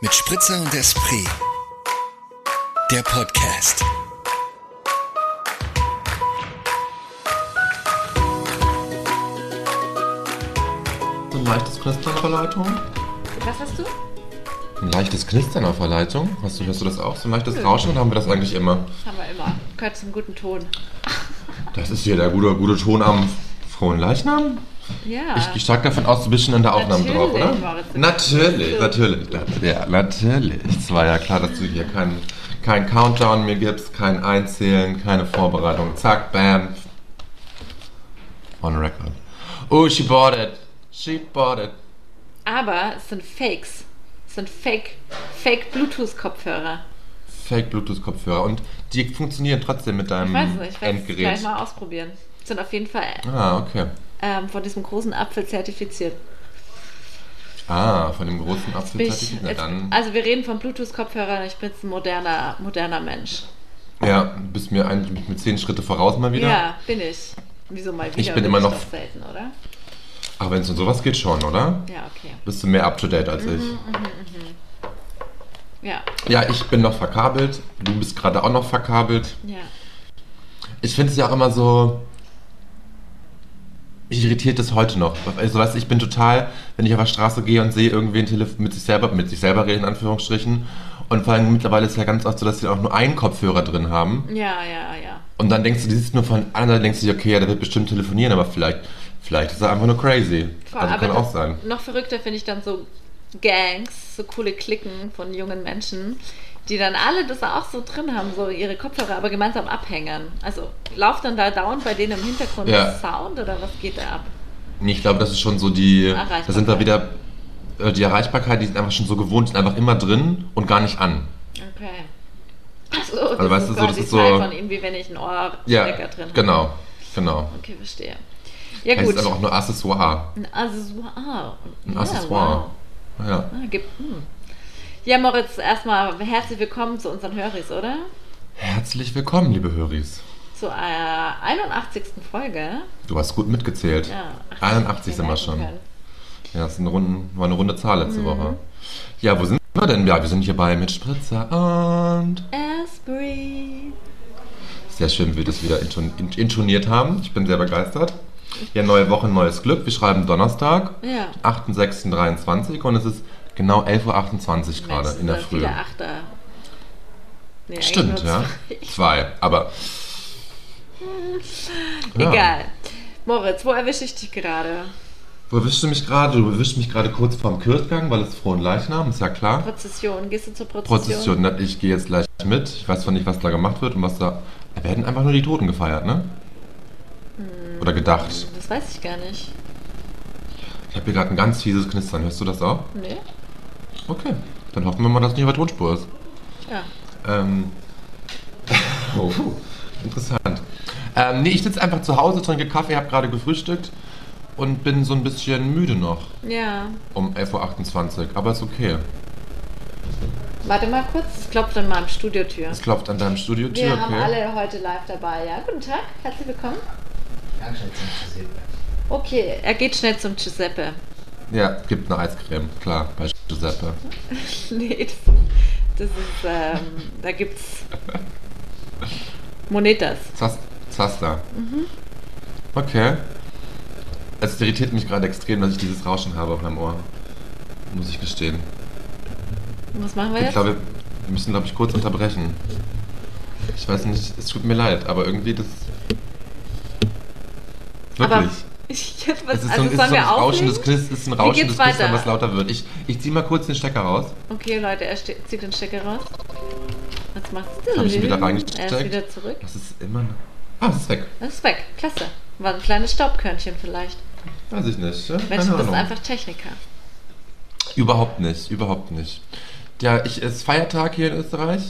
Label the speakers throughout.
Speaker 1: Mit Spritzer und Esprit. Der Podcast.
Speaker 2: So ein leichtes Knistern auf der Leitung.
Speaker 3: Was hast du?
Speaker 2: Ein leichtes Knistern auf der Leitung? Hast du, hörst du das auch? So ein leichtes Rauschen oder haben wir das eigentlich immer?
Speaker 3: Haben wir immer. Gehört zum guten Ton.
Speaker 2: Das ist hier der gute, gute Ton am frohen Leichnam.
Speaker 3: Ja.
Speaker 2: Ich, ich stark davon aus, du bist schon in der Aufnahme
Speaker 3: Ah. Natürlich,
Speaker 2: drauf, oder?
Speaker 3: Moritz.
Speaker 2: Natürlich, natürlich. nat- Ja, natürlich. Es war ja klar, dass du hier keinen keinen Countdown mir gibst, kein Einzählen, keine Vorbereitung. Zack, bam. On record. Oh, she bought it. She bought it.
Speaker 3: Aber es sind Fakes. Es sind Fake, Fake Bluetooth-Kopfhörer.
Speaker 2: Fake Bluetooth-Kopfhörer. Und die funktionieren trotzdem mit deinem
Speaker 3: Ich weiß nicht, ich werde es gleich
Speaker 2: Hm, Endgerät.
Speaker 3: mal ausprobieren. Sind auf jeden Fall
Speaker 2: Ah, okay.
Speaker 3: ähm, von diesem großen Apfel zertifiziert.
Speaker 2: Ah, von dem großen Apfel.
Speaker 3: Mich,
Speaker 2: tatsächlich. Na
Speaker 3: jetzt,
Speaker 2: dann.
Speaker 3: also wir reden von Bluetooth-Kopfhörern. Ich bin jetzt ein moderner, moderner Mensch.
Speaker 2: Ja, du bist mir eigentlich mit- mit zehn Schritte voraus mal wieder.
Speaker 3: Ja, bin ich. Wieso mal wieder?
Speaker 2: Genau. bin immer noch-
Speaker 3: doch selten, oder?
Speaker 2: Aber wenn es um sowas geht, schon, oder?
Speaker 3: Ja, okay.
Speaker 2: Bist du mehr up to date als
Speaker 3: Mhm. Ja,
Speaker 2: ich? Ja, ich bin noch verkabelt. Du bist gerade auch noch verkabelt.
Speaker 3: ja.
Speaker 2: Ich finde es ja auch immer so. Mich irritiert das heute noch. Also, weißt, du, ich bin total, wenn ich auf der Straße gehe und sehe irgendwen Telef- mit sich selber, mit sich selber reden, in Anführungsstrichen. Und vor allem mittlerweile ist ja ganz oft so, dass sie auch nur einen Kopfhörer drin haben.
Speaker 3: Ja, ja, ja.
Speaker 2: Und dann denkst du, die sitzt nur von anderen, dann denkst du dir, okay, ja, der wird bestimmt telefonieren, aber vielleicht, vielleicht ist er einfach nur crazy.
Speaker 3: Voll,
Speaker 2: also
Speaker 3: aber
Speaker 2: kann
Speaker 3: das-
Speaker 2: auch sein.
Speaker 3: Noch verrückter finde ich dann so Gangs, so coole Cliquen von jungen Menschen, die dann alle das auch so drin haben, so ihre Kopfhörer, aber gemeinsam abhängern. Also läuft dann da dauernd bei denen im Hintergrund
Speaker 2: Ja.
Speaker 3: Sound oder was geht da ab?
Speaker 2: Nee, ich glaube, das ist schon so die,
Speaker 3: Erreichbarkeit.
Speaker 2: da sind wir wieder, äh, die Erreichbarkeit, die sind einfach schon so gewohnt, sind einfach immer drin und gar nicht an.
Speaker 3: Okay. Achso, das also,
Speaker 2: weißt
Speaker 3: ist
Speaker 2: du, so,
Speaker 3: quasi
Speaker 2: das ist
Speaker 3: Teil
Speaker 2: so-
Speaker 3: von ihm, wie wenn ich einen Ohrstecker
Speaker 2: Ja,
Speaker 3: drin habe.
Speaker 2: genau, genau.
Speaker 3: Okay, verstehe. Ja
Speaker 2: Es
Speaker 3: gut,
Speaker 2: ist einfach auch nur Accessoire.
Speaker 3: ein Accessoire. Ah,
Speaker 2: Ein
Speaker 3: Ja,
Speaker 2: Accessoire. Ja.
Speaker 3: Wow. Ah, gibt, hm. Ja, Moritz, erstmal herzlich willkommen zu unseren Höris, oder?
Speaker 2: Herzlich willkommen, liebe Höris.
Speaker 3: Zur äh, 81. Folge.
Speaker 2: Du hast gut mitgezählt.
Speaker 3: Ja,
Speaker 2: 81 sind wir
Speaker 3: merken
Speaker 2: schon.
Speaker 3: können.
Speaker 2: Ja, das ist eine runde, war eine runde Zahl
Speaker 3: Mhm.
Speaker 2: letzte Woche. Ja, wo sind wir denn? Ja, wir sind hier bei mit Spritzer und...
Speaker 3: Esprit.
Speaker 2: Sehr schön, wie wir das wieder inton- in- intoniert haben. Ich bin sehr begeistert. Ja, neue Woche, neues Glück. Wir schreiben Donnerstag,
Speaker 3: Ja.
Speaker 2: 8.06.23 und es ist genau 11.28 Uhr gerade
Speaker 3: Mensch,
Speaker 2: in der
Speaker 3: sind
Speaker 2: Früh.
Speaker 3: Viele Achter. Nee, eigentlich
Speaker 2: Stimmt,
Speaker 3: nur
Speaker 2: ja. Zwei, aber.
Speaker 3: zwei.
Speaker 2: Ja.
Speaker 3: Egal. Moritz, wo erwische ich dich gerade?
Speaker 2: Wo erwischst du mich gerade? Du erwischst mich gerade kurz vorm Kirchgang, weil es frohen Leichnam ist ja klar.
Speaker 3: Prozession. Gehst du zur Prozession?
Speaker 2: Prozession, na, ich gehe jetzt gleich mit. Ich weiß zwar nicht, was da gemacht wird und was da. Da werden einfach nur die Toten gefeiert, ne? Oder gedacht.
Speaker 3: Das weiß ich gar nicht.
Speaker 2: Ich habe hier gerade ein ganz fieses Knistern. Hörst du das auch?
Speaker 3: Nee?
Speaker 2: Okay, dann hoffen wir mal, dass es nicht auf der Tonspur ist.
Speaker 3: Ja.
Speaker 2: Ähm. Oh, puh, interessant. Ähm, nee, ich sitze einfach zu Hause, trinke Kaffee, habe gerade gefrühstückt und bin so ein bisschen müde noch
Speaker 3: Ja.
Speaker 2: um 11.28 Uhr. Aber ist okay.
Speaker 3: Warte mal kurz. Es klopft an meinem Studiotür.
Speaker 2: Es klopft an deinem Studiotür,
Speaker 3: Wir
Speaker 2: okay?
Speaker 3: haben alle heute live dabei, ja. Guten Tag, herzlich willkommen. Okay, er geht schnell zum Giuseppe.
Speaker 2: Ja, gibt eine Eiscreme, klar, bei Giuseppe.
Speaker 3: Nee, das, das ist, ähm, da gibt's Monetas.
Speaker 2: Zas Zaster.
Speaker 3: Mhm.
Speaker 2: Okay. Es irritiert mich gerade extrem, dass ich dieses Rauschen habe auf meinem Ohr. Muss ich gestehen.
Speaker 3: Was machen wir
Speaker 2: Ich
Speaker 3: jetzt?
Speaker 2: glaube, wir müssen, glaube ich, kurz unterbrechen. Ich weiß nicht, es tut mir leid, aber irgendwie das. Wirklich.
Speaker 3: Aber ich, jetzt was,
Speaker 2: es ist
Speaker 3: also
Speaker 2: so ein, ist
Speaker 3: sollen
Speaker 2: so ein
Speaker 3: wir
Speaker 2: rauschendes
Speaker 3: auflegen?
Speaker 2: Knistern, ist ein rauschendes
Speaker 3: geht's weiter?
Speaker 2: Knistern, was lauter wird. Ich, ich ziehe mal kurz den Stecker raus.
Speaker 3: Okay, Leute, er ste- zieht den Stecker raus. Jetzt macht's.
Speaker 2: hab ich ihn wieder
Speaker 3: Er ist
Speaker 2: reingesteckt.
Speaker 3: wieder zurück.
Speaker 2: Das ist immer. noch- Ah, es ist weg.
Speaker 3: Das ist weg. Klasse. War ein kleines Staubkörnchen vielleicht.
Speaker 2: Weiß ich nicht. Ja?
Speaker 3: Mensch,
Speaker 2: Keine
Speaker 3: du bist
Speaker 2: Ahnung.
Speaker 3: einfach Techniker.
Speaker 2: Überhaupt nicht, überhaupt nicht. Ja, ich, es ist Feiertag hier in Österreich.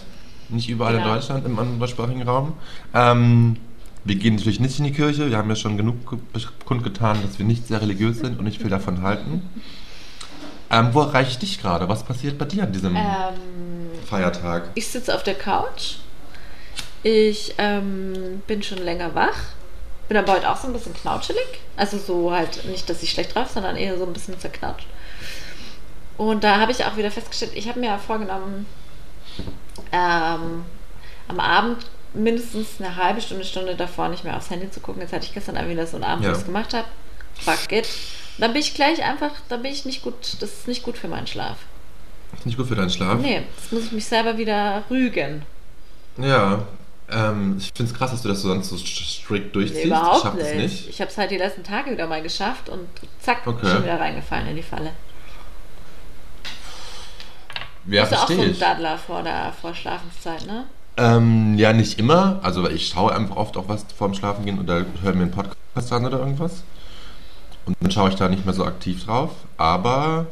Speaker 2: Nicht überall in
Speaker 3: Ja.
Speaker 2: Deutschland, im anderssprachigen Raum. Ähm, wir gehen natürlich nicht in die Kirche. Wir haben ja schon genug ge- kundgetan, dass wir nicht sehr religiös sind und nicht viel davon halten. Ähm, wo erreiche ich dich gerade? Was passiert bei dir an diesem
Speaker 3: Ähm,
Speaker 2: Feiertag?
Speaker 3: ich sitze auf der Couch. Ich ähm, bin schon länger wach. Bin aber heute auch so ein bisschen knautschelig. Also so halt nicht, dass ich schlecht drauf, sondern eher so ein bisschen zerknautscht. Und da habe ich auch wieder festgestellt, ich habe mir ja vorgenommen, ähm, am Abend mindestens eine halbe Stunde, Stunde davor nicht mehr aufs Handy zu gucken. Jetzt hatte ich gestern Abend wieder so einen Abend, wo
Speaker 2: Ja.
Speaker 3: ich es gemacht habe. Fuck it. Und Dann bin ich gleich einfach, da bin ich nicht gut, das ist nicht gut für meinen Schlaf.
Speaker 2: Ist nicht gut für deinen Schlaf?
Speaker 3: Nee, jetzt muss ich mich selber wieder rügen.
Speaker 2: Ja. Ähm, ich finde es krass, dass du das so sonst so st- strikt
Speaker 3: Nee,
Speaker 2: durchziehst. ich
Speaker 3: überhaupt
Speaker 2: schaff das
Speaker 3: nicht.
Speaker 2: nicht.
Speaker 3: Ich habe es halt die letzten Tage wieder mal geschafft und zack,
Speaker 2: Okay.
Speaker 3: schon wieder reingefallen in die Falle.
Speaker 2: Ja,
Speaker 3: Bist du auch so
Speaker 2: verstehe
Speaker 3: ein
Speaker 2: ich.
Speaker 3: Daddler vor der vor Schlafenszeit, ne?
Speaker 2: Ähm, ja, nicht immer. Also ich schaue einfach oft auch was vorm Schlafen gehen oder höre mir einen Podcast an oder irgendwas. Und dann schaue ich da nicht mehr so aktiv drauf. Aber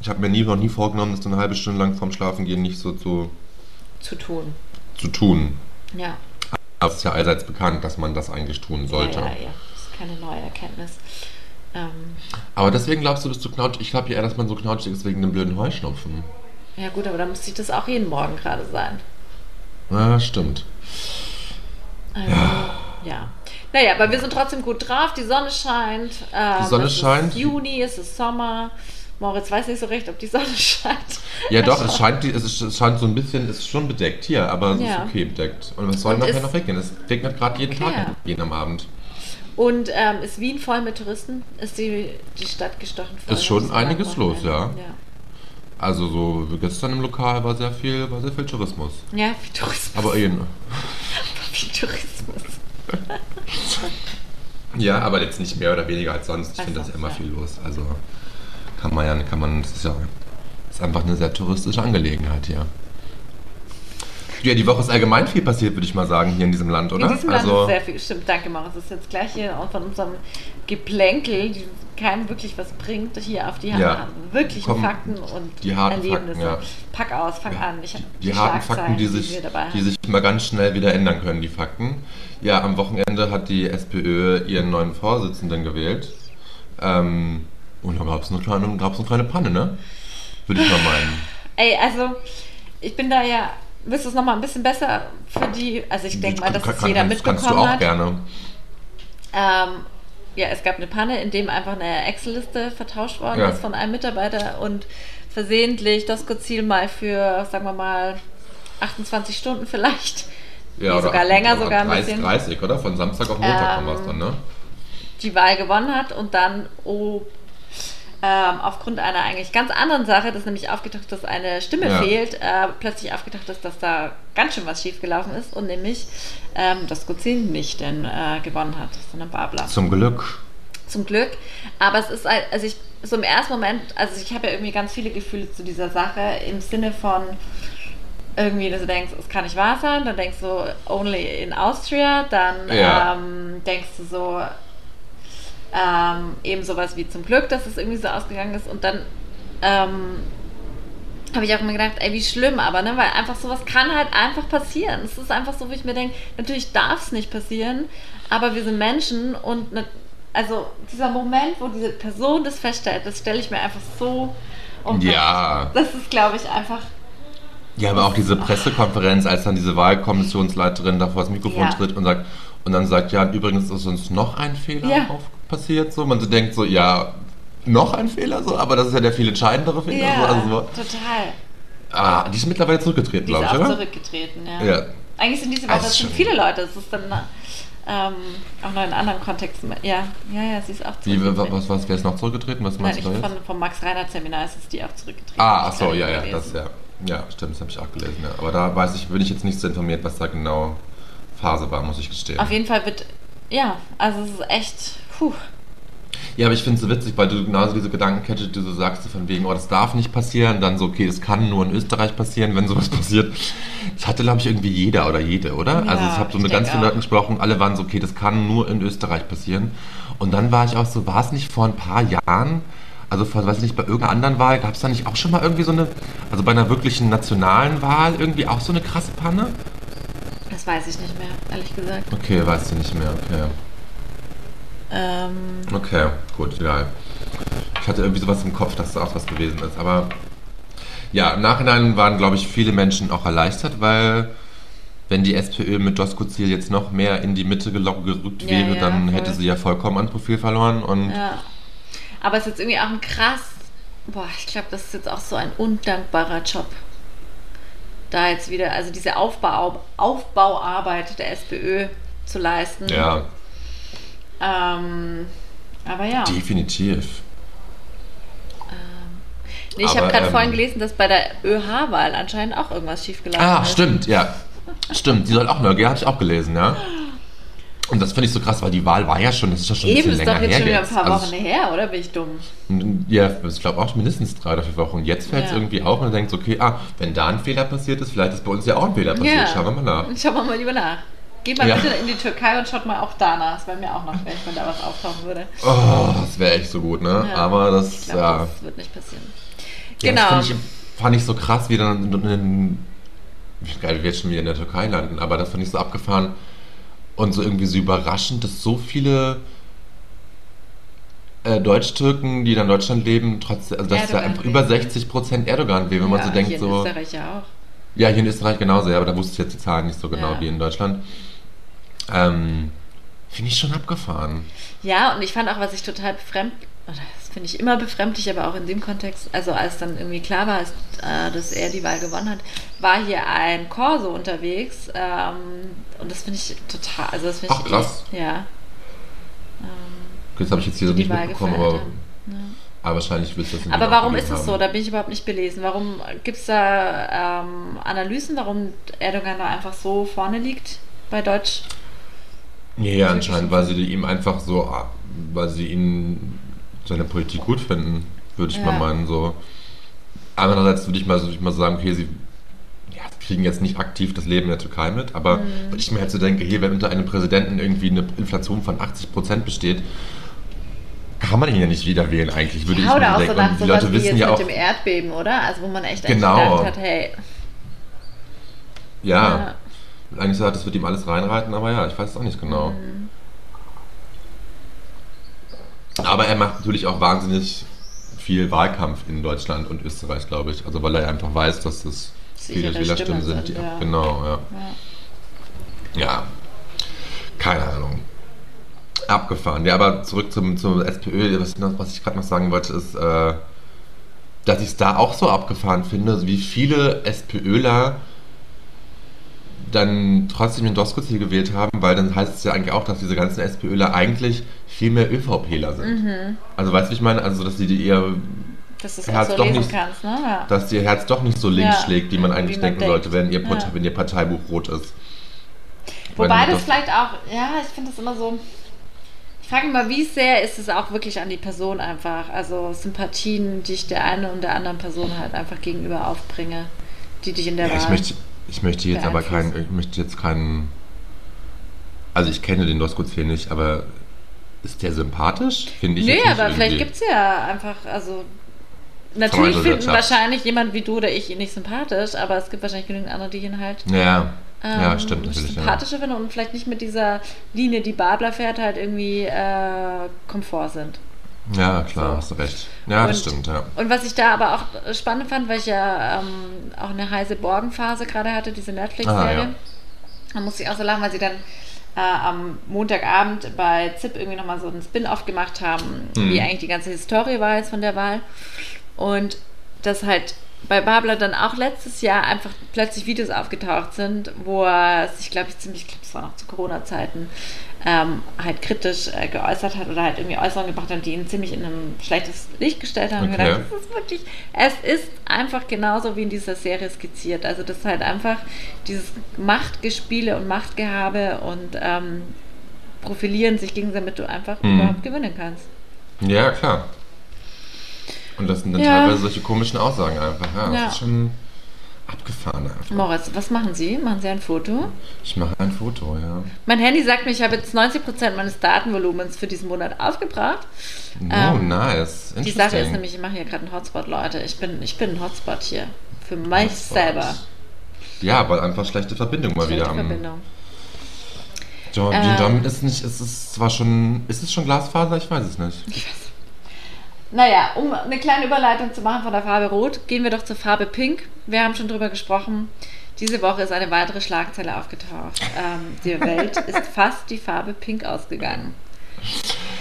Speaker 2: ich habe mir nie noch nie vorgenommen, das so eine halbe Stunde lang vorm Schlafen gehen nicht so zu,
Speaker 3: Zu tun.
Speaker 2: zu tun.
Speaker 3: Ja.
Speaker 2: Aber es ist ja allseits bekannt, dass man das eigentlich tun sollte.
Speaker 3: Ja, ja, ja. Das ist keine neue Erkenntnis. Ähm,
Speaker 2: Aber deswegen glaubst du, bist du knatschig? Ich glaube ja eher, dass man so knatschig ist wegen dem blöden Heuschnupfen.
Speaker 3: ja gut, aber dann müsste ich das auch jeden Morgen gerade sein.
Speaker 2: Ja, Ah, stimmt.
Speaker 3: Also, ja. Naja, aber wir sind trotzdem gut drauf. Die Sonne scheint. Ähm,
Speaker 2: Die Sonne
Speaker 3: es
Speaker 2: scheint.
Speaker 3: Ist Juni, es ist Sommer. Moritz weiß nicht so recht, ob die Sonne scheint.
Speaker 2: Ja doch, es scheint, die- es ist- es scheint so ein bisschen, es ist schon bedeckt hier, aber es
Speaker 3: Ja.
Speaker 2: ist okay bedeckt. Und was soll
Speaker 3: Und
Speaker 2: nachher
Speaker 3: ist-
Speaker 2: noch weggehen? Es regnet gerade jeden
Speaker 3: Okay.
Speaker 2: Tag jeden am Abend.
Speaker 3: Und ähm, ist Wien voll mit Touristen? Ist die, die Stadt gestochen voll?
Speaker 2: Ist schon
Speaker 3: Das am
Speaker 2: einiges los,
Speaker 3: Wochenende.
Speaker 2: Also so wie gestern im Lokal war sehr viel, war sehr viel Tourismus.
Speaker 3: Ja, ja viel Tourismus.
Speaker 2: Aber eh eben.
Speaker 3: viel Tourismus.
Speaker 2: Ja, aber jetzt nicht mehr oder weniger als sonst. Ich
Speaker 3: Als
Speaker 2: finde das
Speaker 3: sonst,
Speaker 2: immer
Speaker 3: ja.
Speaker 2: viel los. Also kann man ja, kann man, das ist ja ist einfach eine sehr touristische Angelegenheit hier. Ja, die Woche ist allgemein viel passiert, würde ich mal sagen, hier in diesem Land, oder?
Speaker 3: In diesem Land
Speaker 2: also,
Speaker 3: ist sehr viel. Stimmt, danke, Moritz. Das ist jetzt gleich hier auch von unserem Geplänkel, die keinem wirklich was bringt, hier auf die
Speaker 2: Ja.
Speaker 3: wirklichen
Speaker 2: Komm,
Speaker 3: Fakten und
Speaker 2: die harten
Speaker 3: Erlebnisse.
Speaker 2: Fakten, ja.
Speaker 3: Pack aus, fang an. Ich hab
Speaker 2: die harten
Speaker 3: Schlagzeilen,
Speaker 2: Fakten, die sich,
Speaker 3: wir dabei
Speaker 2: die
Speaker 3: haben.
Speaker 2: sich immer ganz schnell wieder ändern können, die Fakten. Ja, am Wochenende hat die SPÖ ihren neuen Vorsitzenden gewählt. Ähm, und da gab es eine, kleine- gab's eine kleine Panne, ne? Würde ich mal meinen.
Speaker 3: Ey, also, ich bin da ja. Willst du es nochmal ein bisschen besser für die? Also, ich denke mal, dass
Speaker 2: Kann-
Speaker 3: es jeder
Speaker 2: kannst- Kannst du
Speaker 3: mitbekommen
Speaker 2: auch
Speaker 3: hat.
Speaker 2: gerne.
Speaker 3: Ähm, ja, es gab eine Panne, in dem einfach eine Excel-Liste vertauscht worden
Speaker 2: Ja.
Speaker 3: ist von einem Mitarbeiter und versehentlich Doskozil mal für, sagen wir mal, 28 Stunden vielleicht, nee,
Speaker 2: oder
Speaker 3: sogar länger,
Speaker 2: oder
Speaker 3: sogar ein
Speaker 2: 30,
Speaker 3: bisschen,
Speaker 2: 30, oder? Von Samstag auf Montag
Speaker 3: Ähm,
Speaker 2: haben wir es dann, ne?
Speaker 3: die Wahl gewonnen hat und dann, oh, ähm, aufgrund einer eigentlich ganz anderen Sache, dass nämlich aufgetaucht ist, dass eine Stimme
Speaker 2: Ja.
Speaker 3: fehlt, äh, plötzlich aufgetaucht ist, dass da ganz schön was schiefgelaufen ist und nämlich ähm, Doskozil nicht denn, äh, gewonnen hat, sondern Babler.
Speaker 2: Zum Glück.
Speaker 3: Zum Glück. Aber es ist, halt- also ich, so im ersten Moment, also ich habe ja irgendwie ganz viele Gefühle zu dieser Sache im Sinne von irgendwie, dass du denkst, es kann nicht wahr sein, dann denkst du, only in Austria, dann
Speaker 2: Ja.
Speaker 3: ähm, denkst du so, ähm, eben sowas wie zum Glück, dass es irgendwie so ausgegangen ist und dann ähm, habe ich auch immer gedacht, ey, wie schlimm, aber ne, weil einfach sowas kann halt einfach passieren. Es ist einfach so, wo ich mir denke, natürlich darf es nicht passieren, aber wir sind Menschen und ne, also dieser Moment, wo diese Person das feststellt, das stelle ich mir einfach so
Speaker 2: Ja.
Speaker 3: Das ist, glaube ich, einfach
Speaker 2: Ja, aber auch diese Pressekonferenz, als dann diese Wahlkommissionsleiterin da vor das Mikrofon
Speaker 3: Ja.
Speaker 2: tritt und sagt, und dann sagt, ja, und übrigens ist uns noch ein Fehler
Speaker 3: Ja.
Speaker 2: auf, passiert. So, man so denkt so, ja, noch ein Fehler so, aber das ist ja der viel entscheidendere Fehler.
Speaker 3: ja,
Speaker 2: So, also, so.
Speaker 3: total.
Speaker 2: ah, die ist mittlerweile zurückgetreten,
Speaker 3: Die ist
Speaker 2: glaube ich,
Speaker 3: auch
Speaker 2: oder?
Speaker 3: zurückgetreten, ja.
Speaker 2: Ja.
Speaker 3: Eigentlich sind diese
Speaker 2: Ah, das
Speaker 3: Woche
Speaker 2: ist
Speaker 3: schon
Speaker 2: schon-
Speaker 3: viele Leute. Es ist dann ähm, auch noch in anderen Kontexten. Ja, ja, ja, sie ist auch
Speaker 2: Wie, wa-
Speaker 3: zurückgetreten.
Speaker 2: was, was, wer ist noch zurückgetreten? Was
Speaker 3: Nein,
Speaker 2: meinst
Speaker 3: ich,
Speaker 2: du da jetzt?
Speaker 3: von, vom Max-Reinhardt-Seminar ist es die auch zurückgetreten.
Speaker 2: Ah,
Speaker 3: Hab
Speaker 2: ach
Speaker 3: ich
Speaker 2: so,
Speaker 3: gerade
Speaker 2: ja, ja,
Speaker 3: gelesen.
Speaker 2: das ja. Ja, stimmt, das habe ich auch gelesen. Ja. Aber da weiß ich, bin ich jetzt nicht so informiert, was da genau Phase war, muss ich gestehen.
Speaker 3: Auf jeden Fall wird, ja, also es ist echt, puh.
Speaker 2: Ja, aber ich finde es so witzig, weil du genauso diese Gedankenkette, die du so sagst, so von wegen, oh, das darf nicht passieren, dann so, okay, das kann nur in Österreich passieren, wenn sowas passiert. Das hatte, glaube ich, irgendwie jeder oder jede, oder?
Speaker 3: Ja,
Speaker 2: also ich habe so
Speaker 3: ich
Speaker 2: mit ganz
Speaker 3: denk
Speaker 2: vielen
Speaker 3: auch.
Speaker 2: Leuten gesprochen, alle waren so, okay, das kann nur in Österreich passieren. Und dann war ich auch so, war es nicht vor ein paar Jahren, also vor, weiß nicht, bei irgendeiner anderen Wahl, gab es da nicht auch schon mal irgendwie so eine, also bei einer wirklichen nationalen Wahl irgendwie auch so eine krasse Panne?
Speaker 3: Das weiß ich nicht mehr, ehrlich gesagt.
Speaker 2: Okay, weißt du nicht mehr, okay.
Speaker 3: Ähm,
Speaker 2: Okay, gut, egal. Ich hatte irgendwie sowas im Kopf, dass da auch was gewesen ist. Aber ja, im Nachhinein waren, glaube ich, viele Menschen auch erleichtert, weil wenn die SPÖ mit Doskozil jetzt noch mehr in die Mitte gelo- gerückt
Speaker 3: Ja,
Speaker 2: wäre,
Speaker 3: ja,
Speaker 2: dann
Speaker 3: voll.
Speaker 2: hätte sie ja vollkommen an Profil verloren. Und
Speaker 3: ja. Aber es ist jetzt irgendwie auch ein krass Boah, ich glaube, das ist jetzt auch so ein undankbarer Job. Da jetzt wieder, also diese Aufbau, Aufbauarbeit der SPÖ zu leisten.
Speaker 2: Ja,
Speaker 3: Ähm, aber ja.
Speaker 2: definitiv.
Speaker 3: Nee, ich habe
Speaker 2: aber,
Speaker 3: gerade
Speaker 2: ähm,
Speaker 3: vorhin gelesen, dass bei der ÖH-Wahl anscheinend auch irgendwas schiefgelaufen
Speaker 2: Ah,
Speaker 3: ist.
Speaker 2: stimmt, ja. Stimmt, die soll auch neu gehen, habe ich auch gelesen, ja. Und das finde ich so krass, weil die Wahl war ja schon, das ist ja schon ein
Speaker 3: Eben
Speaker 2: bisschen
Speaker 3: ist
Speaker 2: länger
Speaker 3: doch jetzt
Speaker 2: her
Speaker 3: schon wieder ein
Speaker 2: jetzt.
Speaker 3: paar
Speaker 2: Also
Speaker 3: Wochen her, oder bin ich dumm?
Speaker 2: ich- Ja, also ich glaube auch mindestens drei oder vier Wochen. Jetzt fällt es
Speaker 3: Ja.
Speaker 2: irgendwie auf und man denkt, okay, ah, wenn da ein Fehler passiert ist, vielleicht ist bei uns ja auch ein Fehler passiert.
Speaker 3: Ja.
Speaker 2: Schauen wir mal nach.
Speaker 3: Schauen wir mal lieber nach. Geht mal
Speaker 2: Ja.
Speaker 3: bitte in die Türkei und schaut mal auch danach. Das wäre mir auch noch, wenn ich mal da was auftauchen würde.
Speaker 2: Oh, das wäre echt so gut, ne?
Speaker 3: Ja.
Speaker 2: Aber das,
Speaker 3: Ich glaube,
Speaker 2: ja.
Speaker 3: das wird nicht passieren.
Speaker 2: Ja,
Speaker 3: Genau.
Speaker 2: Das fand, ich, fand ich so krass, wie dann in, in, geil, wir jetzt schon wieder in der Türkei landen, aber das fand ich so abgefahren und so irgendwie so überraschend, dass so viele äh, Deutsch-Türken, die dann in Deutschland leben, trotzdem, also dass da
Speaker 3: Erdogan
Speaker 2: einfach über
Speaker 3: wählen.
Speaker 2: 60 Prozent Erdogan wählen, wenn man
Speaker 3: ja,
Speaker 2: so denkt,
Speaker 3: hier
Speaker 2: so.
Speaker 3: In Österreich ja auch.
Speaker 2: Ja, hier in Österreich genauso, ja, aber da wusste ich jetzt die Zahlen nicht so genau
Speaker 3: Ja.
Speaker 2: wie in Deutschland. Ähm, Finde ich schon abgefahren.
Speaker 3: Ja, und ich fand auch, was ich total befremd, oder das finde ich immer befremdlich, aber auch in dem Kontext, also als dann irgendwie klar war, als, äh, dass er die Wahl gewonnen hat, war hier ein Corso unterwegs. Ähm, und das finde ich total, also das finde ich.
Speaker 2: Ach, krass.
Speaker 3: Ja. Ähm,
Speaker 2: Das habe ich jetzt hier so
Speaker 3: Die
Speaker 2: nicht
Speaker 3: Wahl
Speaker 2: mitbekommen,
Speaker 3: gefeiert
Speaker 2: aber,
Speaker 3: haben.
Speaker 2: aber wahrscheinlich wird das in
Speaker 3: Aber
Speaker 2: Wien
Speaker 3: warum ist
Speaker 2: abgegeben
Speaker 3: es
Speaker 2: haben.
Speaker 3: so? Da bin ich überhaupt nicht belesen. Warum gibt es da ähm, Analysen, warum Erdogan da einfach so vorne liegt bei Deutsch?
Speaker 2: Nee, ja, anscheinend, weil sie die ihm einfach so, weil sie ihn seine Politik gut finden, würde ich
Speaker 3: Ja.
Speaker 2: mal meinen. So. Andererseits würde ich, mal- würde ich mal sagen, okay, sie ja, kriegen jetzt nicht aktiv das Leben in der Türkei mit, aber
Speaker 3: Mhm.
Speaker 2: wenn ich mir halt so denke, hey, wenn unter einem Präsidenten irgendwie eine Inflation von 80% besteht, kann man ihn ja nicht wieder wählen eigentlich, würde ich
Speaker 3: oder
Speaker 2: mir
Speaker 3: auch so
Speaker 2: denken.
Speaker 3: nach
Speaker 2: Und die
Speaker 3: sowas
Speaker 2: Leute
Speaker 3: wie jetzt
Speaker 2: wissen ja
Speaker 3: mit
Speaker 2: auch,
Speaker 3: dem Erdbeben, oder? Also wo man echt
Speaker 2: Genau.
Speaker 3: gedacht hat, hey,
Speaker 2: ja,
Speaker 3: E- ja.
Speaker 2: eigentlich so hat, das wird ihm alles reinreiten, aber ja, ich weiß es auch nicht genau. Aber er macht natürlich auch wahnsinnig viel Wahlkampf in Deutschland und Österreich, glaube ich. Also weil er einfach weiß, dass das viele
Speaker 3: Sichere
Speaker 2: Wählerstimmen
Speaker 3: Stimmen
Speaker 2: sind. die
Speaker 3: sind, ja.
Speaker 2: Genau, ja. Ja, keine Ahnung. Abgefahren. Ja, aber zurück zum, zum SPÖ, was, was ich gerade noch sagen wollte, ist, äh, dass ich es da auch so abgefahren finde, also wie viele SPÖler dann trotzdem den Doskozil gewählt haben, weil dann heißt es ja eigentlich auch, dass diese ganzen SPÖler eigentlich viel mehr ÖVPler sind.
Speaker 3: Mhm.
Speaker 2: Also weißt du, wie ich meine? Also, dass die, die eher
Speaker 3: dass du es
Speaker 2: Er
Speaker 3: auch
Speaker 2: hat's
Speaker 3: so
Speaker 2: doch
Speaker 3: lesen
Speaker 2: nicht-
Speaker 3: kannst, ne? Ja.
Speaker 2: dass ihr Herz doch nicht so links
Speaker 3: Ja,
Speaker 2: schlägt, wie man eigentlich
Speaker 3: wie man
Speaker 2: denken
Speaker 3: denkt.
Speaker 2: sollte, wenn ihr, Partei,
Speaker 3: Ja.
Speaker 2: wenn ihr Parteibuch rot ist.
Speaker 3: Wobei
Speaker 2: Wenn
Speaker 3: das vielleicht auch, ja, ich finde das immer so. Ich frage mich mal, wie sehr ist es auch wirklich an die Person einfach? Also Sympathien, die ich der einen und der anderen Person halt einfach gegenüber aufbringe, die dich in der
Speaker 2: Ja, ich
Speaker 3: Wahl.
Speaker 2: möchte, ich möchte jetzt aber keinen, ich möchte jetzt keinen. Also ich kenne den Doskozil nicht, aber ist der sympathisch? Finde ich.
Speaker 3: Nee,
Speaker 2: jetzt nicht
Speaker 3: aber vielleicht
Speaker 2: irgendwie.
Speaker 3: gibt es ja einfach, also. Natürlich finden
Speaker 2: Freundelwirtschaft.
Speaker 3: wahrscheinlich jemand wie du oder ich ihn nicht sympathisch, aber es gibt wahrscheinlich genügend andere, die ihn halt
Speaker 2: Ja,
Speaker 3: ähm,
Speaker 2: ja, stimmt natürlich. Ja.
Speaker 3: sympathischer finden und vielleicht nicht mit dieser Linie, die Babler fährt, halt irgendwie äh, Komfort sind.
Speaker 2: ja, klar, hast du recht. Ja, das
Speaker 3: Und-
Speaker 2: stimmt, ja.
Speaker 3: Und was ich da aber auch spannend fand, weil ich ja ähm, auch eine heiße Borgenphase gerade hatte, diese Netflix-Serie,
Speaker 2: Ah, ja.
Speaker 3: da musste ich auch so lachen, weil sie dann äh, am Montagabend bei ZIP irgendwie nochmal so einen Spin-off gemacht haben,
Speaker 2: Mhm.
Speaker 3: wie eigentlich die ganze Historie war jetzt von der Wahl. Und dass halt bei Babler dann auch letztes Jahr einfach plötzlich Videos aufgetaucht sind, wo er sich, glaube ich, ziemlich, ich glaube, es war noch zu Corona-Zeiten, ähm, halt kritisch äh, geäußert hat oder halt irgendwie Äußerungen gebracht hat, die ihn ziemlich in ein schlechtes Licht gestellt haben. Und
Speaker 2: Okay.
Speaker 3: gedacht, das ist wirklich, es ist einfach genauso wie in dieser Serie skizziert. Also das ist halt einfach dieses Machtgespiele und Machtgehabe und ähm, profilieren sich gegenseitig, damit du einfach
Speaker 2: Mhm.
Speaker 3: überhaupt gewinnen kannst.
Speaker 2: Ja, klar. Und das sind dann
Speaker 3: Ja.
Speaker 2: teilweise solche komischen Aussagen einfach. Ja, das
Speaker 3: Ja.
Speaker 2: ist schon abgefahren einfach.
Speaker 3: Moritz, was machen Sie? Machen Sie ein Foto?
Speaker 2: Ich mache ein Foto, ja.
Speaker 3: Mein Handy sagt mir, ich habe jetzt 90% meines Datenvolumens für diesen Monat aufgebraucht.
Speaker 2: Oh,
Speaker 3: Ähm,
Speaker 2: nice.
Speaker 3: Die Sache ist
Speaker 2: Interesting.
Speaker 3: nämlich, ich mache hier gerade einen Hotspot, Leute. Ich bin, ich bin ein Hotspot hier. Für mich selber.
Speaker 2: Ja, weil einfach schlechte Verbindung mal
Speaker 3: Schlechte
Speaker 2: wieder am.
Speaker 3: Verbindung.
Speaker 2: Jo- Die
Speaker 3: Ähm.
Speaker 2: Dom ist nicht, es ist zwar schon. Ist es schon Glasfaser? Ich weiß es nicht.
Speaker 3: Naja, um eine kleine Überleitung zu machen von der Farbe Rot, gehen wir doch zur Farbe Pink. Wir haben schon drüber gesprochen. Diese Woche ist eine weitere Schlagzeile aufgetaucht. Ähm, die Welt ist fast die Farbe Pink ausgegangen.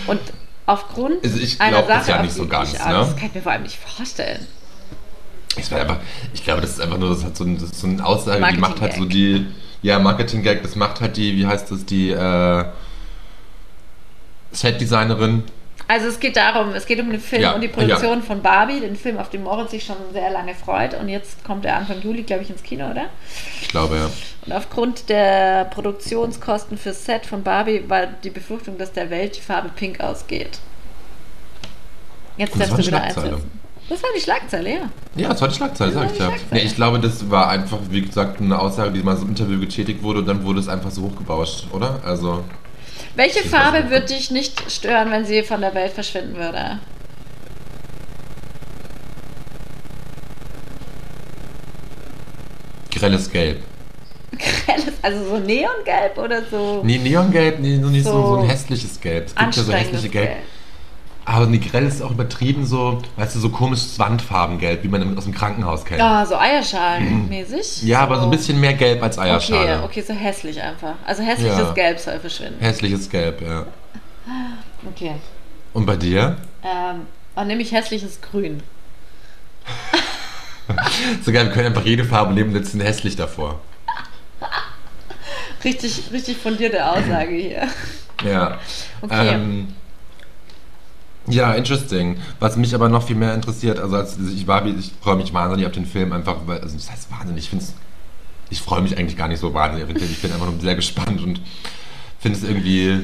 Speaker 3: Und aufgrund
Speaker 2: Also ich
Speaker 3: einer
Speaker 2: glaub das
Speaker 3: Sache,
Speaker 2: ja
Speaker 3: auf
Speaker 2: nicht so
Speaker 3: die
Speaker 2: ganz,
Speaker 3: ich
Speaker 2: ne?
Speaker 3: Angst- Das kann ich mir vor allem nicht vorstellen.
Speaker 2: Ich, meine einfach, ich glaube, das ist einfach nur, das hat so, ein, das ist so eine Aussage, die macht halt so
Speaker 3: Marketing-Gag.
Speaker 2: die, ja, Marketing-Gag, das macht halt die, wie heißt das, die äh, Set-Designerin.
Speaker 3: Also es geht darum, es geht um den Film
Speaker 2: Ja,
Speaker 3: und die Produktion von Barbie, den Film, auf den Moritz sich schon sehr lange freut. Und jetzt kommt er Anfang Juli, glaube ich, ins Kino, oder?
Speaker 2: Ich glaube, ja.
Speaker 3: Und aufgrund der Produktionskosten fürs Set von Barbie war die Befürchtung, dass der Welt die Farbe pink ausgeht. Jetzt
Speaker 2: Das war
Speaker 3: darfst du
Speaker 2: eine
Speaker 3: wieder
Speaker 2: Schlagzeile.
Speaker 3: einsetzen. Das war die Schlagzeile, ja.
Speaker 2: Ja, das war die Schlagzeile,
Speaker 3: Das
Speaker 2: sag
Speaker 3: war
Speaker 2: ich
Speaker 3: die
Speaker 2: ja.
Speaker 3: Schlagzeile.
Speaker 2: Nee, ich glaube, das war einfach, wie gesagt, eine Aussage, die mal so im Interview getätigt wurde und dann wurde es einfach so hochgebauscht, oder? Also,
Speaker 3: Welche
Speaker 2: Ich weiß
Speaker 3: Farbe
Speaker 2: nicht.
Speaker 3: würde dich nicht stören, wenn sie von der Welt verschwinden würde?
Speaker 2: grelles Gelb.
Speaker 3: Helles, Also so Neongelb oder so
Speaker 2: Nee, Neongelb, nee, so nicht so,
Speaker 3: So
Speaker 2: so ein hässliches Gelb. Es gibt ja so
Speaker 3: anstrengendes
Speaker 2: hässliche Gelb.
Speaker 3: Gelb.
Speaker 2: Aber nee, grell ist auch übertrieben so, weißt du, so komisches Wandfarbengelb, wie man im- aus dem Krankenhaus kennt.
Speaker 3: Ah, so Eierschalenmäßig. Oh.
Speaker 2: Ja, aber so ein bisschen mehr Gelb als Eierschale.
Speaker 3: Okay, okay, so hässlich einfach. Also hässliches
Speaker 2: Ja.
Speaker 3: Gelb soll verschwinden.
Speaker 2: Hässliches Gelb, ja.
Speaker 3: Okay.
Speaker 2: Und bei dir?
Speaker 3: Ähm, und nämlich hässliches Grün.
Speaker 2: Sogar, wir können einfach jede Farbe nehmen, jetzt sind hässlich davor.
Speaker 3: Richtig, richtig fundierte Aussage hier.
Speaker 2: Ja.
Speaker 3: Okay.
Speaker 2: Ähm, ja, interesting. Was mich aber noch viel mehr interessiert, also als ich war, ich freue mich wahnsinnig auf den Film einfach, weil, also das heißt wahnsinnig, ich finde ich freue mich eigentlich gar nicht so wahnsinnig auf den Film, ich bin einfach nur sehr gespannt und finde es irgendwie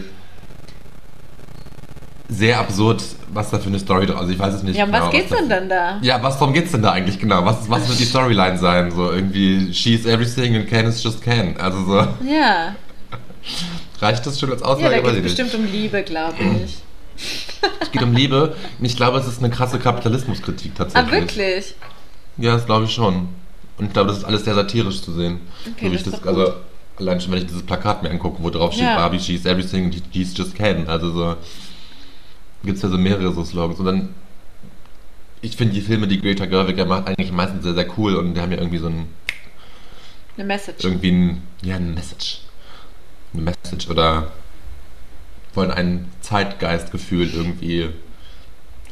Speaker 2: sehr absurd, was da für eine Story drauf, also ich weiß es nicht
Speaker 3: Ja, um was
Speaker 2: genau,
Speaker 3: geht's
Speaker 2: da
Speaker 3: denn
Speaker 2: für-
Speaker 3: dann da?
Speaker 2: Ja, was, worum geht's denn da eigentlich genau? Was, was wird die Storyline sein? So irgendwie, she is everything and Ken is just Ken. Also so,
Speaker 3: Ja,
Speaker 2: reicht das schon als
Speaker 3: ja
Speaker 2: Aussage? Weiß
Speaker 3: da geht es
Speaker 2: ich nicht.
Speaker 3: bestimmt um Liebe, glaube ich.
Speaker 2: Es geht um Liebe. Und Ich glaube, es ist eine krasse Kapitalismuskritik
Speaker 3: Ah,
Speaker 2: tatsächlich.
Speaker 3: wirklich?
Speaker 2: Ja, das glaube ich schon. Und ich glaube, das ist alles sehr satirisch zu sehen.
Speaker 3: Okay,
Speaker 2: So wie
Speaker 3: das
Speaker 2: ich
Speaker 3: ist doch
Speaker 2: also,
Speaker 3: gut.
Speaker 2: allein schon, wenn ich dieses Plakat mir angucke, wo drauf steht,
Speaker 3: Ja.
Speaker 2: Barbie, she's everything, and she's just Ken. Also so, gibt es ja so mehrere so Slogans. Und dann, ich finde die Filme, die Greta Gerwig ja macht, eigentlich meistens sehr, sehr cool. Und die haben ja irgendwie so ein,
Speaker 3: Eine Message.
Speaker 2: irgendwie ein, ja, ein Message. Eine Message oder wollen ein Zeitgeistgefühl irgendwie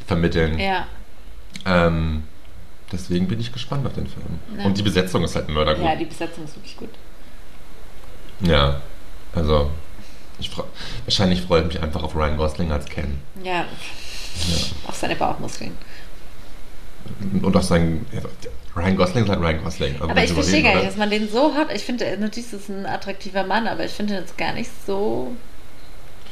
Speaker 2: vermitteln.
Speaker 3: Ja.
Speaker 2: Ähm, deswegen bin ich gespannt auf den Film.
Speaker 3: Ja.
Speaker 2: Und die Besetzung ist halt mördergut.
Speaker 3: ja, die Besetzung ist wirklich gut.
Speaker 2: Ja, also ich freu, wahrscheinlich freue ich mich einfach auf Ryan Gosling als Ken.
Speaker 3: Ja. Auf seine Bauchmuskeln.
Speaker 2: Und, und auf seinen... Ja, Ryan Gosling ist halt Ryan Gosling. Also
Speaker 3: Aber
Speaker 2: nicht
Speaker 3: ich verstehe gar
Speaker 2: überreden,
Speaker 3: nicht, dass man den so hat. Ich finde, natürlich ist es ein attraktiver Mann, aber ich finde ihn jetzt gar nicht so.
Speaker 2: oder?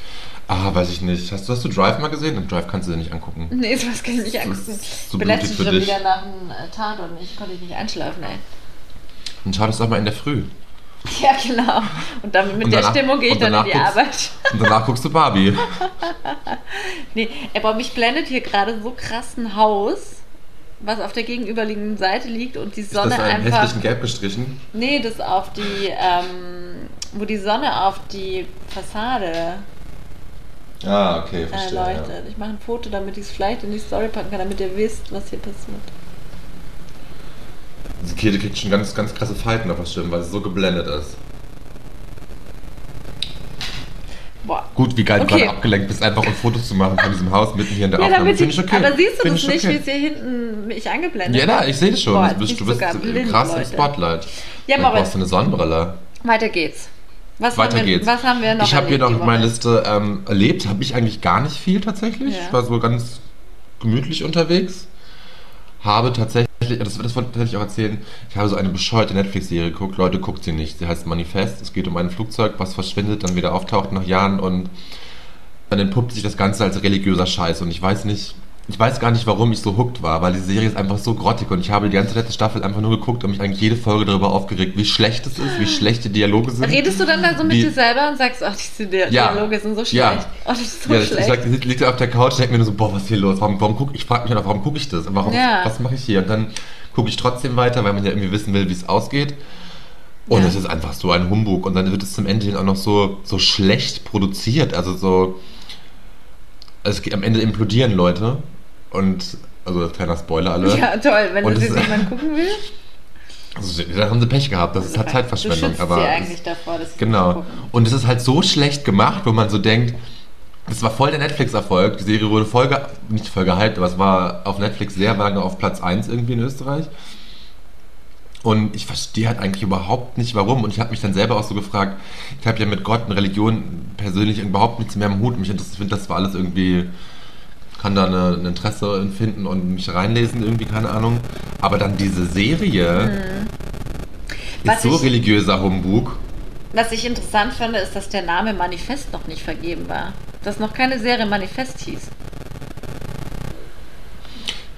Speaker 2: Ah, weiß ich nicht. Hast, du- hast du Drive mal gesehen? Und Drive kannst du dir nicht angucken.
Speaker 3: Nee, sowas kann ich nicht
Speaker 2: Das
Speaker 3: angucken.
Speaker 2: ist
Speaker 3: Ich
Speaker 2: so
Speaker 3: bin
Speaker 2: blutig
Speaker 3: letztens
Speaker 2: für
Speaker 3: schon
Speaker 2: dich.
Speaker 3: wieder nach einem äh, Tatort und ich konnte ich nicht einschlafen, ey.
Speaker 2: Und schau das doch mal in der Früh.
Speaker 3: Ja, genau. Und dann mit
Speaker 2: Und
Speaker 3: der
Speaker 2: danach-
Speaker 3: Stimmung gehe ich
Speaker 2: und
Speaker 3: dann in
Speaker 2: danach
Speaker 3: die
Speaker 2: guckst-
Speaker 3: Arbeit.
Speaker 2: Und danach guckst du Barbie.
Speaker 3: Nee, aber mich blendet hier gerade so krass ein Haus, was auf der gegenüberliegenden Seite liegt und die
Speaker 2: ist das
Speaker 3: Sonne
Speaker 2: in einem
Speaker 3: einfach.
Speaker 2: hässlichen Gelb gestrichen?
Speaker 3: Nee, das auf die, ähm, wo die Sonne auf die Fassade
Speaker 2: Ah, okay,
Speaker 3: äh,
Speaker 2: verstehe. ja.
Speaker 3: leuchtet. Ich mache ein Foto, damit ich es vielleicht in die Story packen kann, damit ihr wisst, was hier passiert.
Speaker 2: Die Kälte kriegt schon ganz, ganz krasse Falten auf der Stirn, weil sie so geblendet ist.
Speaker 3: Boah.
Speaker 2: Gut, wie geil
Speaker 3: Okay.
Speaker 2: du gerade abgelenkt bist, einfach um Fotos zu machen von diesem Haus mitten hier in der
Speaker 3: Ja,
Speaker 2: Aufnahme.
Speaker 3: damit
Speaker 2: Finde ich
Speaker 3: ich,
Speaker 2: okay.
Speaker 3: aber siehst du
Speaker 2: Finde
Speaker 3: das
Speaker 2: ich
Speaker 3: nicht, wie
Speaker 2: okay.
Speaker 3: es hier hinten mich angeblendet
Speaker 2: Ja, da, ich sehe das schon.
Speaker 3: Boah,
Speaker 2: du bist,
Speaker 3: ich
Speaker 2: du
Speaker 3: bin
Speaker 2: bist
Speaker 3: sogar blind,
Speaker 2: krass im
Speaker 3: Leute.
Speaker 2: Spotlight.
Speaker 3: Ja,
Speaker 2: Dann
Speaker 3: Moritz.
Speaker 2: brauchst du eine Sonnenbrille.
Speaker 3: Weiter geht's. Was,
Speaker 2: Weiter
Speaker 3: haben, wir,
Speaker 2: geht's.
Speaker 3: was haben wir noch
Speaker 2: ich habe hier
Speaker 3: erlebt
Speaker 2: noch
Speaker 3: die
Speaker 2: auf meiner
Speaker 3: Woche?
Speaker 2: Liste ähm, erlebt, habe ich eigentlich gar nicht viel tatsächlich.
Speaker 3: Ja.
Speaker 2: Ich war so ganz gemütlich unterwegs. Habe tatsächlich, das, das wollte ich auch erzählen, ich habe so eine bescheuerte Netflix-Serie geguckt. Leute, guckt sie nicht. Sie heißt Manifest. Es geht um ein Flugzeug, was verschwindet, dann wieder auftaucht nach Jahren und dann entpuppt sich das Ganze als religiöser Scheiß. Und ich weiß nicht, ich weiß gar nicht, warum ich so hooked war, weil die Serie ist einfach so grottig und ich habe die ganze letzte Staffel einfach nur geguckt und mich eigentlich jede Folge darüber aufgeregt, wie schlecht es ist, wie schlechte Dialoge sind.
Speaker 3: Redest du dann da so mit
Speaker 2: Wie-
Speaker 3: dir selber und sagst, ach, diese Di-
Speaker 2: Ja.
Speaker 3: Dialoge sind so schlecht.
Speaker 2: Ja.
Speaker 3: Oh, das ist so
Speaker 2: ja, ich, ich
Speaker 3: schlecht.
Speaker 2: lag, ich liegt auf der Couch und denke mir nur so, boah, was ist hier los? Warum, warum guck, ich frage mich noch, warum gucke ich das? Warum,
Speaker 3: Ja.
Speaker 2: Was mache ich hier? Und dann gucke ich trotzdem weiter, weil man ja irgendwie wissen will, wie es ausgeht. Und
Speaker 3: Ja.
Speaker 2: es ist einfach so ein Humbug. Und dann wird es zum Ende hin auch noch so, so schlecht produziert. Also so, es geht, am Ende implodieren Leute. Und, also kleiner Spoiler alle.
Speaker 3: ja, toll, wenn
Speaker 2: Und
Speaker 3: das
Speaker 2: es
Speaker 3: jetzt
Speaker 2: ist-
Speaker 3: jemand gucken will.
Speaker 2: Also, da haben sie Pech gehabt, das ist halt
Speaker 3: Du
Speaker 2: Zeitverschwendung.
Speaker 3: schützt
Speaker 2: aber
Speaker 3: sie
Speaker 2: es-
Speaker 3: eigentlich davor, dass sie
Speaker 2: Genau.
Speaker 3: gucken.
Speaker 2: Und es ist halt so schlecht gemacht, wo man so denkt, Das war voll der Netflix-Erfolg. Die Serie wurde voll, ge- nicht voll gehypt, aber es war auf Netflix sehr lange auf Platz 1 irgendwie in Österreich. Und ich verstehe halt eigentlich überhaupt nicht, warum. Und ich habe mich dann selber auch so gefragt, ich habe ja mit Gott und Religion persönlich überhaupt nichts mehr im Hut. Mich interessiert, ich finde, das war alles irgendwie, kann da eine, ein Interesse empfinden und mich reinlesen irgendwie, keine Ahnung. Aber dann diese Serie ist
Speaker 3: Mhm. Was
Speaker 2: so
Speaker 3: ich-
Speaker 2: religiöser Humbug.
Speaker 3: Was ich interessant finde, ist, dass der Name Manifest noch nicht vergeben war. Dass noch keine Serie Manifest hieß.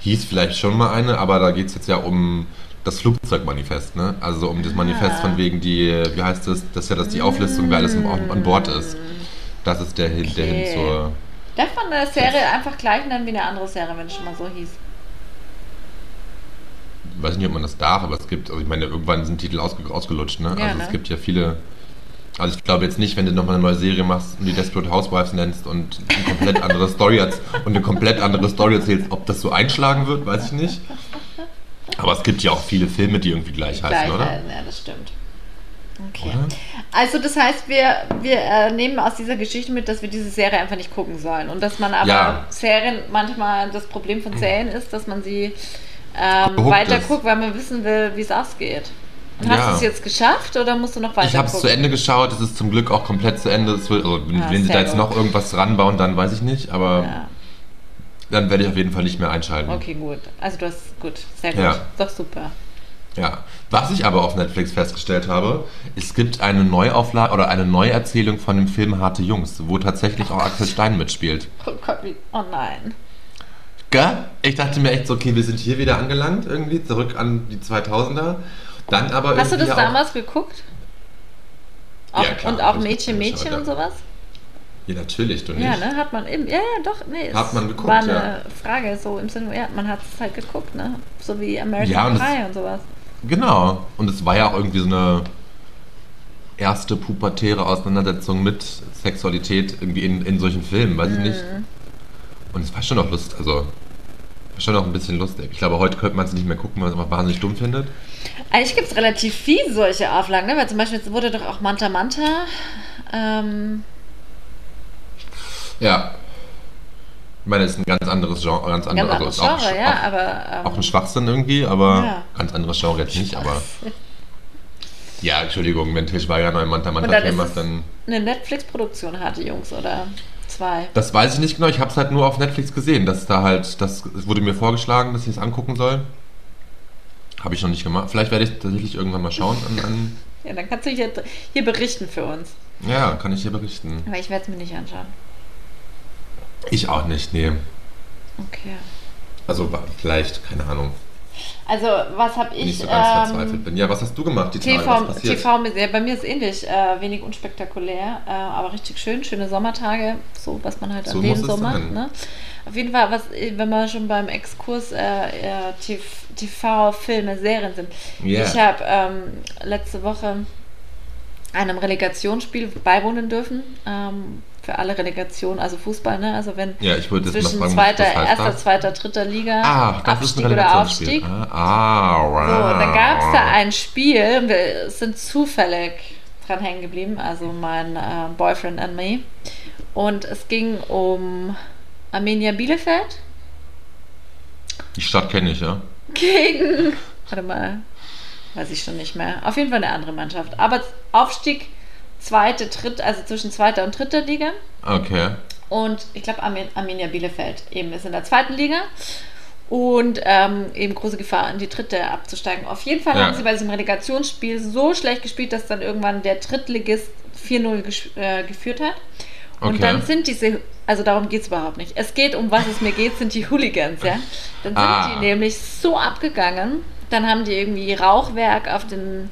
Speaker 2: Hieß vielleicht schon mal eine, aber da geht es jetzt ja um das Flugzeugmanifest, ne? Also um das Manifest von wegen die, wie heißt das? Das ist ja das die Auflistung, wer alles im- auf- an Bord ist. Das ist der Hin, der
Speaker 3: Okay.
Speaker 2: Hin zur.
Speaker 3: Darf man eine Serie einfach gleich nennen wie eine andere Serie, wenn es schon mal so hieß?
Speaker 2: Ich weiß nicht, ob man das darf, aber es gibt, also ich meine, irgendwann sind Titel ausge, ausgelutscht, ne?
Speaker 3: Ja,
Speaker 2: also
Speaker 3: ne?
Speaker 2: es gibt ja viele. Also ich glaube jetzt nicht, wenn du nochmal eine neue Serie machst und die Desperate Housewives nennst und eine komplett andere Story jetzt und eine komplett andere Story erzählst, ob das so einschlagen wird, weiß ich nicht. Aber es gibt ja auch viele Filme, die irgendwie gleich heißen,
Speaker 3: gleich
Speaker 2: oder?
Speaker 3: halten, ja, das stimmt. Okay.
Speaker 2: oder?
Speaker 3: Also das heißt, wir, wir äh, nehmen aus dieser Geschichte mit, dass wir diese Serie einfach nicht gucken sollen. Und dass man aber
Speaker 2: Ja. Mhm.
Speaker 3: Serien manchmal das Problem von Serien ist, dass man sie ähm,
Speaker 2: Gehuckt
Speaker 3: weiter
Speaker 2: ist.
Speaker 3: guckt, weil man wissen will, wie es ausgeht. Und
Speaker 2: Ja.
Speaker 3: Hast du es jetzt geschafft oder musst du noch weiter
Speaker 2: Ich habe es zu
Speaker 3: gucken?
Speaker 2: Ende geschaut, es ist zum Glück auch komplett zu Ende. Es wird, also, wenn
Speaker 3: Ah,
Speaker 2: wenn sie
Speaker 3: sehr
Speaker 2: da jetzt
Speaker 3: gut.
Speaker 2: noch irgendwas ranbauen, dann weiß ich nicht, aber
Speaker 3: Ja.
Speaker 2: dann werde ich auf jeden Fall nicht mehr einschalten.
Speaker 3: Okay, gut. Also du hast gut, sehr gut.
Speaker 2: Ja.
Speaker 3: Doch super.
Speaker 2: Ja. Was ich aber auf Netflix festgestellt habe, es gibt eine Neuauflage oder eine Neuerzählung von dem Film Harte Jungs, wo tatsächlich auch Axel Stein mitspielt.
Speaker 3: Oh Gott, wie, oh nein.
Speaker 2: Gell? Ich dachte mir echt so, okay, wir sind hier wieder angelangt irgendwie, zurück an die 2000er. Dann aber
Speaker 3: Hast du
Speaker 2: irgendwie
Speaker 3: das
Speaker 2: Äh, auch-
Speaker 3: damals geguckt? Auch,
Speaker 2: Ja, klar,
Speaker 3: und auch
Speaker 2: hab ich
Speaker 3: Mädchen,
Speaker 2: geschaut,
Speaker 3: Mädchen
Speaker 2: ja.
Speaker 3: und sowas?
Speaker 2: Ja, natürlich, du nicht.
Speaker 3: Ja, ne? Hat man eben. Ja, ja, doch, nee. es
Speaker 2: Hat man geguckt,
Speaker 3: War eine Frage, so im Sinne, ja, man hat es halt geguckt, ne? So wie American
Speaker 2: Ja, und es-
Speaker 3: Pie und sowas.
Speaker 2: Genau. Und es war ja auch irgendwie so eine erste pubertäre Auseinandersetzung mit Sexualität irgendwie in, in solchen Filmen,
Speaker 3: Mhm.
Speaker 2: weiß ich nicht. Und es war schon auch lust, also war schon auch ein bisschen lustig. Ich glaube, heute könnte man es nicht mehr gucken, weil man es einfach wahnsinnig dumm findet.
Speaker 3: Eigentlich gibt es relativ viel solche Auflagen, ne? Weil zum Beispiel jetzt wurde doch auch Manta Manta. Ähm,
Speaker 2: Ja. Ich meine, es ist ein ganz anderes Genre, ganz,
Speaker 3: ganz
Speaker 2: andere,
Speaker 3: anderes
Speaker 2: also ist auch ein Sch-
Speaker 3: Genre, ja,
Speaker 2: auch,
Speaker 3: aber. Ähm,
Speaker 2: auch ein Schwachsinn irgendwie, aber
Speaker 3: Ja.
Speaker 2: ganz anderes Genre jetzt nicht, aber ja, Entschuldigung, wenn Til Schweiger neuen Manta
Speaker 3: Und dann
Speaker 2: Manta Film
Speaker 3: ist
Speaker 2: macht,
Speaker 3: es-
Speaker 2: dann
Speaker 3: eine Netflix-Produktion hatte, Jungs, oder? Zwei.
Speaker 2: Das weiß ich nicht genau. Ich habe es halt nur auf Netflix gesehen, dass da halt, das es wurde mir vorgeschlagen, dass ich es angucken soll. Habe ich noch nicht gemacht. Vielleicht werde ich tatsächlich irgendwann mal schauen. An, an,
Speaker 3: Ja, dann kannst du hier, hier berichten für uns.
Speaker 2: ja, kann ich dir berichten.
Speaker 3: Aber ich werde es mir nicht anschauen.
Speaker 2: Ich auch nicht, nee.
Speaker 3: Okay.
Speaker 2: Also wa- vielleicht, keine Ahnung.
Speaker 3: Also, was habe
Speaker 2: Wenn ich
Speaker 3: ich.
Speaker 2: so ganz
Speaker 3: ähm,
Speaker 2: verzweifelt bin. Ja, was hast du gemacht? Die Tage,
Speaker 3: TV,
Speaker 2: was Genau, passiert?
Speaker 3: TV ja, bei mir ist ähnlich, äh, wenig unspektakulär, äh, aber richtig schön, schöne Sommertage, so was man halt
Speaker 2: So
Speaker 3: an denen
Speaker 2: muss es
Speaker 3: so macht.
Speaker 2: sein.
Speaker 3: Ne? Auf jeden Fall, was, äh, wenn wir schon beim Exkurs äh, äh, TV, TV, Filme, Serien sind.
Speaker 2: Ja.
Speaker 3: Ich habe ähm, letzte Woche einem Relegationsspiel beiwohnen dürfen, ähm, für alle Relegationen, also Fußball, ne? also wenn
Speaker 2: ja, ich wollte jetzt noch
Speaker 3: zwischen
Speaker 2: fragen,
Speaker 3: zweiter,
Speaker 2: was das heißt.
Speaker 3: erster, zweiter, dritter Liga
Speaker 2: Ah, das ist
Speaker 3: Abstieg
Speaker 2: ein
Speaker 3: oder
Speaker 2: Relegationsspiel.
Speaker 3: Aufstieg.
Speaker 2: Ah, ah, wow.
Speaker 3: So, dann gab es da ein Spiel, wir sind zufällig dran hängen geblieben, also mein äh, Boyfriend and me. Und es ging um Arminia Bielefeld
Speaker 2: Die Stadt kenne ich, ja.
Speaker 3: gegen, warte mal, weiß ich schon nicht mehr, auf jeden Fall eine andere Mannschaft. Aber Aufstieg, zweite, dritte, also zwischen zweiter und dritter Liga.
Speaker 2: Okay.
Speaker 3: Und ich glaube, Armin, Arminia Bielefeld eben ist in der zweiten Liga. Und ähm, eben große Gefahr, in die dritte abzusteigen. Auf jeden Fall
Speaker 2: Ja.
Speaker 3: haben sie bei diesem Relegationsspiel so schlecht gespielt, dass dann irgendwann der Drittligist 4-0 gesch- äh, geführt hat. Und
Speaker 2: Okay.
Speaker 3: dann sind diese, also darum geht es überhaupt nicht. Es geht um was es mir geht, sind die Hooligans, ja. Dann sind
Speaker 2: Ah.
Speaker 3: die nämlich so abgegangen, dann haben die irgendwie Rauchwerk auf den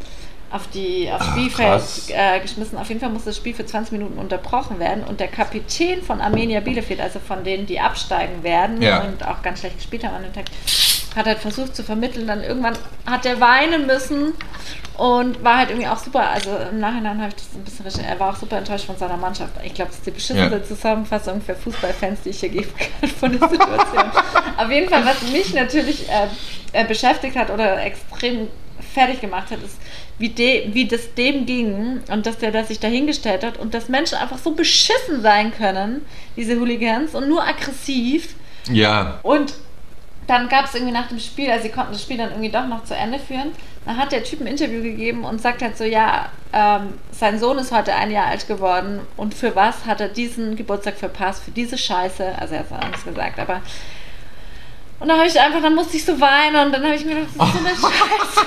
Speaker 3: auf die aufs
Speaker 2: Ah,
Speaker 3: Spielfeld
Speaker 2: krass.
Speaker 3: äh, geschmissen. Auf jeden Fall musste das Spiel für 20 Minuten unterbrochen werden und der Kapitän von Armenia Bielefeld, also von denen, die absteigen werden
Speaker 2: Ja.
Speaker 3: und auch ganz schlecht gespielt haben an dem Tag, hat halt versucht zu vermitteln. Dann irgendwann hat er weinen müssen und war halt irgendwie auch super. Also im Nachhinein habe ich das ein bisschen richtig. Er war auch super enttäuscht von seiner Mannschaft. Ich glaube, das ist die beschissenste
Speaker 2: Ja.
Speaker 3: Zusammenfassung für Fußballfans, die ich hier geben kann von der ähm, Situation. Auf jeden Fall, was mich natürlich äh, äh, beschäftigt hat oder extrem fertig gemacht hat, ist, wie, de, wie das dem ging und dass der das sich dahingestellt hat und dass Menschen einfach so beschissen sein können, diese Hooligans, und nur aggressiv.
Speaker 2: Ja,
Speaker 3: Und dann gab es irgendwie nach dem Spiel, also sie konnten das Spiel dann irgendwie doch noch zu Ende führen, dann hat der Typ ein Interview gegeben und sagt halt so, ja, ähm, sein Sohn ist heute ein Jahr alt geworden und für was hat er diesen Geburtstag verpasst, für diese Scheiße, also er hat es anders gesagt, aber und dann habe ich einfach, dann musste ich so weinen und dann habe ich mir gedacht, das ist so eine Scheiße.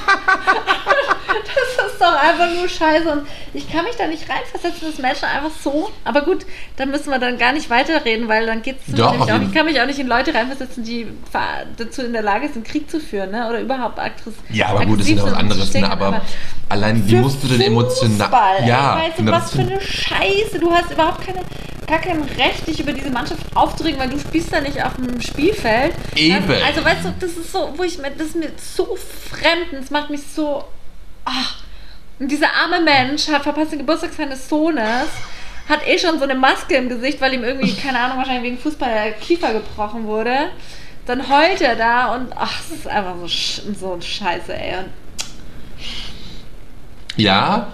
Speaker 3: das ist doch einfach nur Scheiße und ich kann mich da nicht reinversetzen, dass Menschen einfach so, aber gut, da müssen wir dann gar nicht weiterreden, weil dann geht es
Speaker 2: Doch, auf
Speaker 3: nämlich auch,
Speaker 2: jeden
Speaker 3: ich kann mich auch nicht in Leute reinversetzen, die ver- dazu in der Lage sind, Krieg zu führen ne? oder überhaupt Aktres.
Speaker 2: ja aber gut, das ist ja was anderes. Ne? Aber allein, wie
Speaker 3: Für
Speaker 2: musst du denn emotional.
Speaker 3: Fußball, ey,
Speaker 2: Ja,
Speaker 3: weißt du,
Speaker 2: genau,
Speaker 3: was
Speaker 2: das
Speaker 3: für
Speaker 2: find-
Speaker 3: eine Scheiße. Du hast überhaupt keine, gar kein Recht, dich über diese Mannschaft aufzuregen, weil du spielst da nicht auf dem Spielfeld.
Speaker 2: Eben.
Speaker 3: Das, also weißt du, das ist so, wo ich mir, das ist mir so fremd und es macht mich so. Ach. Und dieser arme Mensch hat verpasst den Geburtstag seines Sohnes, hat eh schon so eine Maske im Gesicht, weil ihm irgendwie, keine Ahnung, wahrscheinlich wegen Fußball der Kiefer gebrochen wurde. Dann heult er da und ach, es ist einfach so, sch- so ein Scheiße, ey. Und
Speaker 2: Ja,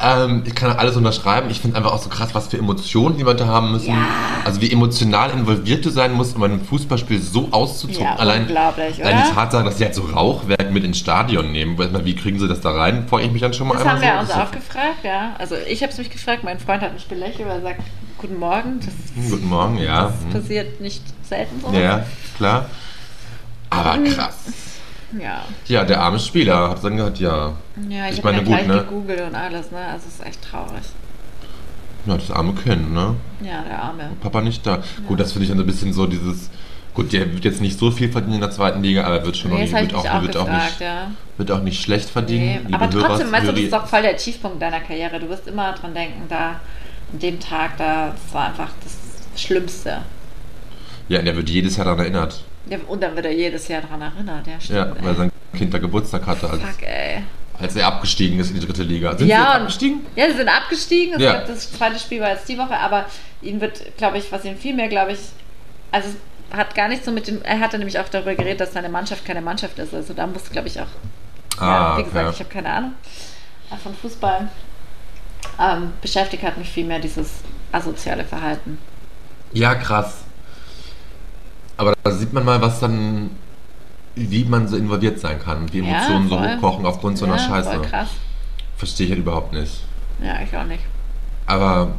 Speaker 2: ähm, ich kann alles unterschreiben. Ich finde einfach auch so krass, was für Emotionen die Leute haben müssen. Also wie emotional involviert du sein musst, um an einem Fußballspiel so auszuzocken.
Speaker 3: Ja, unglaublich,
Speaker 2: allein
Speaker 3: oder?
Speaker 2: die Tatsache, dass sie halt so Rauchwerk mit ins Stadion nehmen. Weiß mal, wie kriegen sie das da rein? Freue ich mich dann schon mal
Speaker 3: Das
Speaker 2: einmal
Speaker 3: haben wir uns
Speaker 2: so.
Speaker 3: auch gefragt, ja. Also ich habe es mich gefragt, mein Freund hat mich belächelt und sagt, guten Morgen, das,
Speaker 2: Hm, Guten Morgen, ja.
Speaker 3: das passiert nicht selten so.
Speaker 2: Hm. Ja, klar. Aber
Speaker 3: Mhm.
Speaker 2: krass.
Speaker 3: Ja,
Speaker 2: Ja, der arme Spieler, hab's dann gehört, ja.
Speaker 3: ja
Speaker 2: Ich
Speaker 3: ich, habe
Speaker 2: meine,
Speaker 3: dann
Speaker 2: gut,
Speaker 3: gleich
Speaker 2: ne?
Speaker 3: gegoogelt und alles, ne? Also es ist echt traurig.
Speaker 2: Ja, das arme Kind, ne?
Speaker 3: Ja, der Arme.
Speaker 2: Papa nicht da. Gut, das finde ich dann so ein bisschen so dieses. Gut, der wird jetzt nicht so viel verdienen in der zweiten Liga, aber er wird schon
Speaker 3: Nee,
Speaker 2: noch
Speaker 3: das habe
Speaker 2: nicht,
Speaker 3: ich
Speaker 2: wird
Speaker 3: mich
Speaker 2: auch,
Speaker 3: auch
Speaker 2: wird auch
Speaker 3: gefragt,
Speaker 2: nicht,
Speaker 3: ja.
Speaker 2: wird auch nicht schlecht
Speaker 3: Nee,
Speaker 2: verdienen. liebe
Speaker 3: aber trotzdem,
Speaker 2: Hörer,
Speaker 3: weißt du, das
Speaker 2: Hörer.
Speaker 3: ist doch voll der Tiefpunkt deiner Karriere. Du wirst immer dran denken, da, an dem Tag, da, das war einfach das Schlimmste.
Speaker 2: Ja, der wird jedes Jahr daran erinnert.
Speaker 3: Ja, und dann wird er jedes Jahr dran erinnert, ja,
Speaker 2: Ja,
Speaker 3: stimmt.
Speaker 2: weil
Speaker 3: ey.
Speaker 2: sein Kind da Geburtstag hatte, als,
Speaker 3: Fuck, ey.
Speaker 2: als er abgestiegen ist in die dritte Liga. Sind sie
Speaker 3: Ja,
Speaker 2: jetzt
Speaker 3: und-
Speaker 2: abgestiegen?
Speaker 3: Ja, sie sind abgestiegen. Es
Speaker 2: Ja.
Speaker 3: gab das zweite Spiel war jetzt die Woche, aber ihnen wird, glaube ich, was ihnen viel mehr, glaube ich, also es hat gar nicht so mit dem, er hatte nämlich auch darüber geredet, dass seine Mannschaft keine Mannschaft ist. Also da muss, glaube ich, auch, ja,
Speaker 2: Ah,
Speaker 3: wie gesagt,
Speaker 2: ja.
Speaker 3: ich habe keine Ahnung äh, von Fußball. Ähm, beschäftigt hat mich viel mehr dieses asoziale Verhalten.
Speaker 2: ja, krass. Aber da sieht man mal, was dann, wie man so involviert sein kann und wie
Speaker 3: Ja,
Speaker 2: Emotionen so
Speaker 3: voll.
Speaker 2: hochkochen aufgrund so einer
Speaker 3: ja,
Speaker 2: Scheiße.
Speaker 3: Voll krass.
Speaker 2: Verstehe ich halt überhaupt nicht.
Speaker 3: Ja, ich auch nicht.
Speaker 2: Aber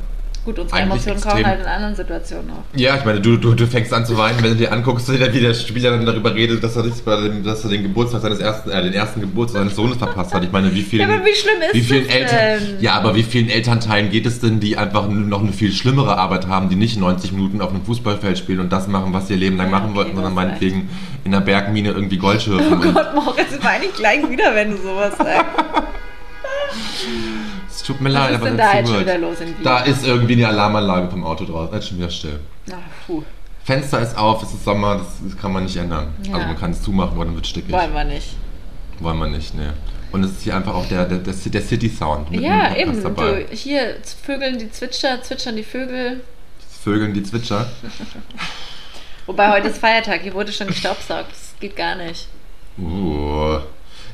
Speaker 3: Gut, unsere
Speaker 2: Eigentlich
Speaker 3: Emotionen kochen
Speaker 2: extrem.
Speaker 3: halt in anderen Situationen auf.
Speaker 2: Ja, ich meine, du, du, du fängst an zu weinen, wenn du dir anguckst, wie der, wie der Spieler dann darüber redet, dass er, nicht, bei dem- dass er den Geburtstag seines ersten, äh, den ersten Geburtstag seines Sohnes verpasst hat. Ich meine, wie
Speaker 3: Ja,
Speaker 2: vielen,
Speaker 3: aber wie schlimm ist
Speaker 2: wie vielen
Speaker 3: das
Speaker 2: Eltern,
Speaker 3: denn?
Speaker 2: ja, aber wie vielen Elternteilen geht es denn, die einfach noch eine viel schlimmere Arbeit haben, die nicht 90 Minuten auf einem Fußballfeld spielen und das machen, was sie ihr Leben lang
Speaker 3: Ja,
Speaker 2: machen
Speaker 3: okay,
Speaker 2: wollten,
Speaker 3: du
Speaker 2: sondern
Speaker 3: hast recht.
Speaker 2: meinetwegen in der Bergmine irgendwie Gold schürfen.
Speaker 3: Oh Gott, Moritz, ich weine ich gleich wieder, wenn du sowas sagst.
Speaker 2: Es tut mir
Speaker 3: Was
Speaker 2: leid,
Speaker 3: ist
Speaker 2: aber
Speaker 3: denn da
Speaker 2: das
Speaker 3: jetzt
Speaker 2: ist
Speaker 3: schon
Speaker 2: so
Speaker 3: wieder
Speaker 2: wild.
Speaker 3: los in Wien?
Speaker 2: halt. Da ist irgendwie eine Alarmanlage vom Auto draußen. Jetzt schon wieder still.
Speaker 3: Ach, puh,
Speaker 2: Fenster ist auf, es ist Sommer, das, das kann man nicht ändern.
Speaker 3: Ja.
Speaker 2: Also man kann es zumachen, aber dann wird es stickig.
Speaker 3: wollen wir nicht.
Speaker 2: Wollen wir nicht, ne. Und es ist hier einfach auch der, der, der, Ci- der City Sound mit
Speaker 3: ja,
Speaker 2: dem Podcast
Speaker 3: eben.
Speaker 2: dabei.
Speaker 3: Du, hier z- vögeln die Zwitscher, zwitschern die Vögel.
Speaker 2: Vögeln, die Zwitscher.
Speaker 3: Wobei heute ist Feiertag, hier wurde schon gestaubsaugt. Das geht gar nicht.
Speaker 2: Uh.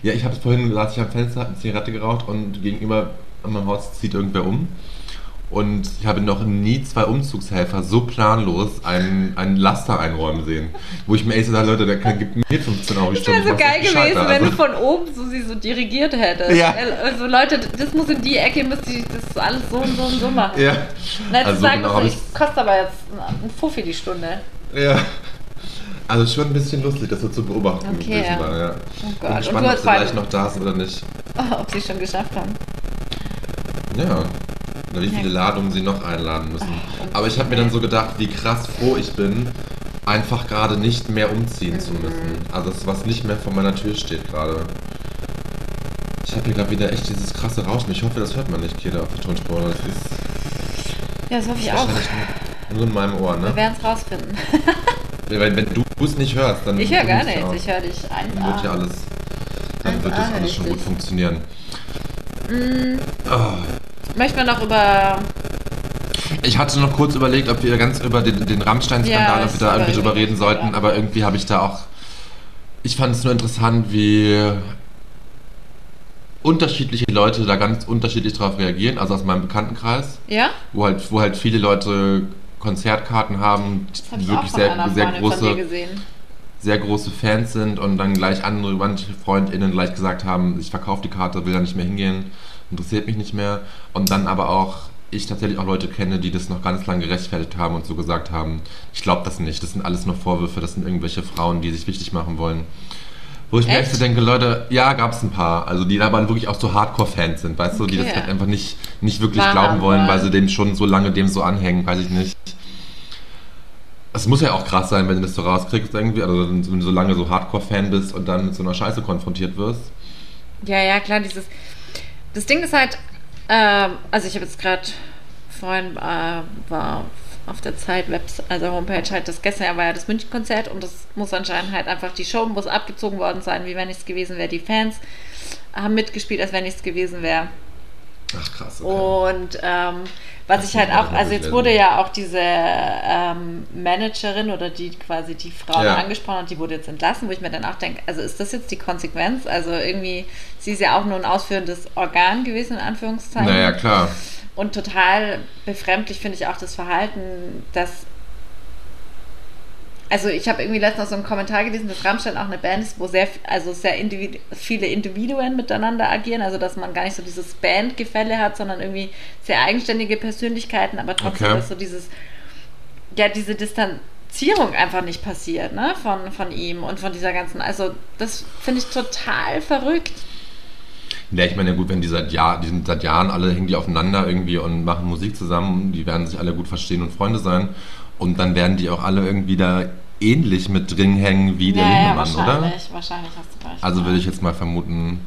Speaker 2: Ja, ich habe es vorhin saß ich am Fenster, habe eine Zigarette geraucht und gegenüber an meinem Haus zieht irgendwer um. Und ich habe noch nie zwei Umzugshelfer so planlos einen, einen Laster einräumen sehen. Wo ich mir echt so sage, Leute, der kann, gibt mir 15 Euro die
Speaker 3: Das wäre
Speaker 2: ich
Speaker 3: so
Speaker 2: mach das
Speaker 3: geil
Speaker 2: nicht
Speaker 3: gewesen,
Speaker 2: gescheiter.
Speaker 3: wenn du
Speaker 2: Also-
Speaker 3: von oben so sie so dirigiert hättest.
Speaker 2: Ja.
Speaker 3: Also Leute, das muss in die Ecke, müsst ihr das alles so und so und so machen.
Speaker 2: Ja.
Speaker 3: Und jetzt
Speaker 2: Also
Speaker 3: sagen
Speaker 2: genau
Speaker 3: müssen,
Speaker 2: hab
Speaker 3: ich kostet aber jetzt einen Fuffi die Stunde.
Speaker 2: Ja. Also schon ein bisschen lustig, das so zu beobachten
Speaker 3: Okay.
Speaker 2: gewesen war, ja.
Speaker 3: Oh Gott.
Speaker 2: Bin
Speaker 3: Und
Speaker 2: gespannt,
Speaker 3: du
Speaker 2: ob
Speaker 3: hast
Speaker 2: sie gleich
Speaker 3: beide-
Speaker 2: noch da sind oder nicht.
Speaker 3: Oh, ob sie schon geschafft haben.
Speaker 2: Ja. Na, wie viele
Speaker 3: Ja.
Speaker 2: Ladungen sie noch einladen müssen. Aber ich habe mir dann so gedacht, wie krass froh ich bin, einfach gerade nicht mehr umziehen
Speaker 3: Mhm.
Speaker 2: zu müssen. Also dass was nicht mehr vor meiner Tür steht gerade. Ich habe hier gerade wieder echt dieses krasse Rauschen. Ich hoffe, das hört man nicht, Kira, auf der Tonspur. Das ist
Speaker 3: Ja, das hoffe ich auch.
Speaker 2: wahrscheinlich nur, nur in meinem Ohr,
Speaker 3: Wir
Speaker 2: ne?
Speaker 3: werden es rausfinden.
Speaker 2: Wenn, wenn du es nicht hörst, dann...
Speaker 3: Ich höre gar
Speaker 2: dann muss
Speaker 3: nichts.
Speaker 2: auch.
Speaker 3: Ich höre dich ein.
Speaker 2: Dann wird ja alles, dann wird das
Speaker 3: Ah,
Speaker 2: alles schon gut
Speaker 3: richtig.
Speaker 2: funktionieren.
Speaker 3: Hm,
Speaker 2: Ah.
Speaker 3: Möchten wir noch über
Speaker 2: Ich hatte noch kurz überlegt, ob wir ganz über den, den Rammstein-Skandal,
Speaker 3: Ja,
Speaker 2: ob wir da
Speaker 3: das
Speaker 2: irgendwie drüber
Speaker 3: überlege
Speaker 2: reden
Speaker 3: ich mir
Speaker 2: sollten,
Speaker 3: auch.
Speaker 2: aber irgendwie habe ich da auch. Ich fand es nur interessant, wie unterschiedliche Leute da ganz unterschiedlich drauf reagieren. Also aus meinem Bekanntenkreis,
Speaker 3: Ja?
Speaker 2: wo halt, wo halt viele Leute Konzertkarten haben,
Speaker 3: Das habe
Speaker 2: die
Speaker 3: ich auch
Speaker 2: wirklich
Speaker 3: von
Speaker 2: sehr,
Speaker 3: einer
Speaker 2: sehr
Speaker 3: Freundin von mir
Speaker 2: große,
Speaker 3: gesehen.
Speaker 2: sehr große Fans sind und dann gleich andere, manche FreundInnen gleich gesagt haben, ich verkaufe die Karte, will da nicht mehr hingehen, interessiert mich nicht mehr. Und dann aber auch ich tatsächlich auch Leute kenne, die das noch ganz lange gerechtfertigt haben und so gesagt haben, ich glaube das nicht, das sind alles nur Vorwürfe, das sind irgendwelche Frauen, die sich wichtig machen wollen. Wo ich mir
Speaker 3: Echt?
Speaker 2: echt so denke, Leute, ja, gab es ein paar, also die aber wirklich auch so Hardcore-Fans sind, weißt du, die das
Speaker 3: Okay.
Speaker 2: halt einfach nicht, nicht wirklich
Speaker 3: Wahr
Speaker 2: glauben
Speaker 3: haben
Speaker 2: wollen, weil sie
Speaker 3: wollen.
Speaker 2: dem schon so lange dem so anhängen, weiß ich nicht. Es muss ja auch krass sein, wenn du das so rauskriegst irgendwie, also wenn du so lange so Hardcore-Fan bist und dann mit so einer Scheiße konfrontiert wirst.
Speaker 3: Ja, ja, klar, dieses. Das Ding ist halt, ähm, also ich habe jetzt gerade vorhin äh, war auf der Zeit, Webs also Homepage halt, das gestern war ja das München-Konzert und das muss anscheinend halt einfach, die Show muss abgezogen worden sein, wie wenn nichts gewesen wäre. Die Fans haben mitgespielt, als wenn nichts gewesen wäre.
Speaker 2: Ach krass. Okay.
Speaker 3: Und ähm, was
Speaker 2: Das
Speaker 3: ich halt
Speaker 2: muss man
Speaker 3: auch,
Speaker 2: auch
Speaker 3: also
Speaker 2: wirklich
Speaker 3: jetzt wurde
Speaker 2: lesen.
Speaker 3: ja auch diese ähm, Managerin oder die quasi die Frau
Speaker 2: Ja.
Speaker 3: angesprochen hat, die wurde jetzt entlassen, wo ich mir dann auch denke, also ist das jetzt die Konsequenz? Also irgendwie, sie ist ja auch nur ein ausführendes Organ gewesen, in Anführungszeichen.
Speaker 2: Naja, klar.
Speaker 3: Und total befremdlich finde ich auch das Verhalten, dass. Also ich habe irgendwie letztens noch so einen Kommentar gelesen, dass Rammstein auch eine Band ist, wo sehr, also sehr individu viele Individuen miteinander agieren. Also dass man gar nicht so dieses Bandgefälle hat, sondern irgendwie sehr eigenständige Persönlichkeiten, aber trotzdem
Speaker 2: Okay.
Speaker 3: ist so dieses, ja, diese Distanzierung einfach nicht passiert, ne? Von, von ihm und von dieser ganzen. Also das finde ich total verrückt.
Speaker 2: Ja, ich meine, ja gut, wenn die seit, Jahr, die sind seit Jahren alle hängen die aufeinander irgendwie und machen Musik zusammen, die werden sich alle gut verstehen und Freunde sein. Und dann werden die auch alle irgendwie da ähnlich mit drin hängen wie der
Speaker 3: ja,
Speaker 2: Lindemann, oder?
Speaker 3: wahrscheinlich, wahrscheinlich hast du recht.
Speaker 2: Also
Speaker 3: ja.
Speaker 2: würde ich jetzt mal vermuten,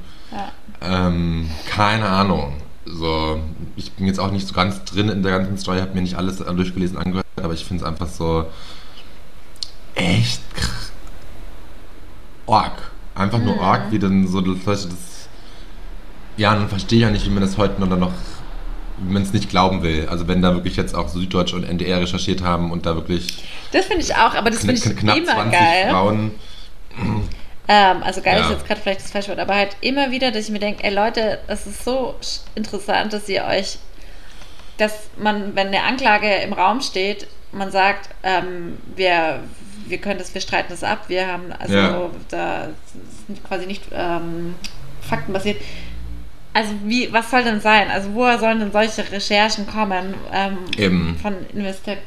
Speaker 3: Ja.
Speaker 2: ähm, keine Ahnung. So, ich bin jetzt auch nicht so ganz drin in der ganzen Story, habe mir nicht alles durchgelesen, angehört, aber ich finde es einfach so echt kr- org. Einfach nur
Speaker 3: Mhm.
Speaker 2: org, wie dann so das, das ja, dann verstehe ich ja nicht, wie man das heute noch- noch, wie man es nicht glauben will. Also wenn da wirklich jetzt auch Süddeutsch und NDR recherchiert haben und da wirklich
Speaker 3: Das finde ich auch, aber das
Speaker 2: kn
Speaker 3: finde ich
Speaker 2: knapp
Speaker 3: immer
Speaker 2: 20
Speaker 3: geil.
Speaker 2: Frauen
Speaker 3: Ähm, also geil ist
Speaker 2: Ja.
Speaker 3: jetzt gerade vielleicht das falsche Wort, aber halt immer wieder, dass ich mir denke, ey Leute, es ist so sch- interessant, dass ihr euch, dass man, wenn eine Anklage im Raum steht, man sagt, ähm, wir, wir können das, wir streiten das ab, wir haben also
Speaker 2: Ja.
Speaker 3: da sind quasi nicht ähm, faktenbasiert. Also wie, was soll denn sein? Also woher sollen denn solche Recherchen kommen ähm,
Speaker 2: Eben.
Speaker 3: von Investi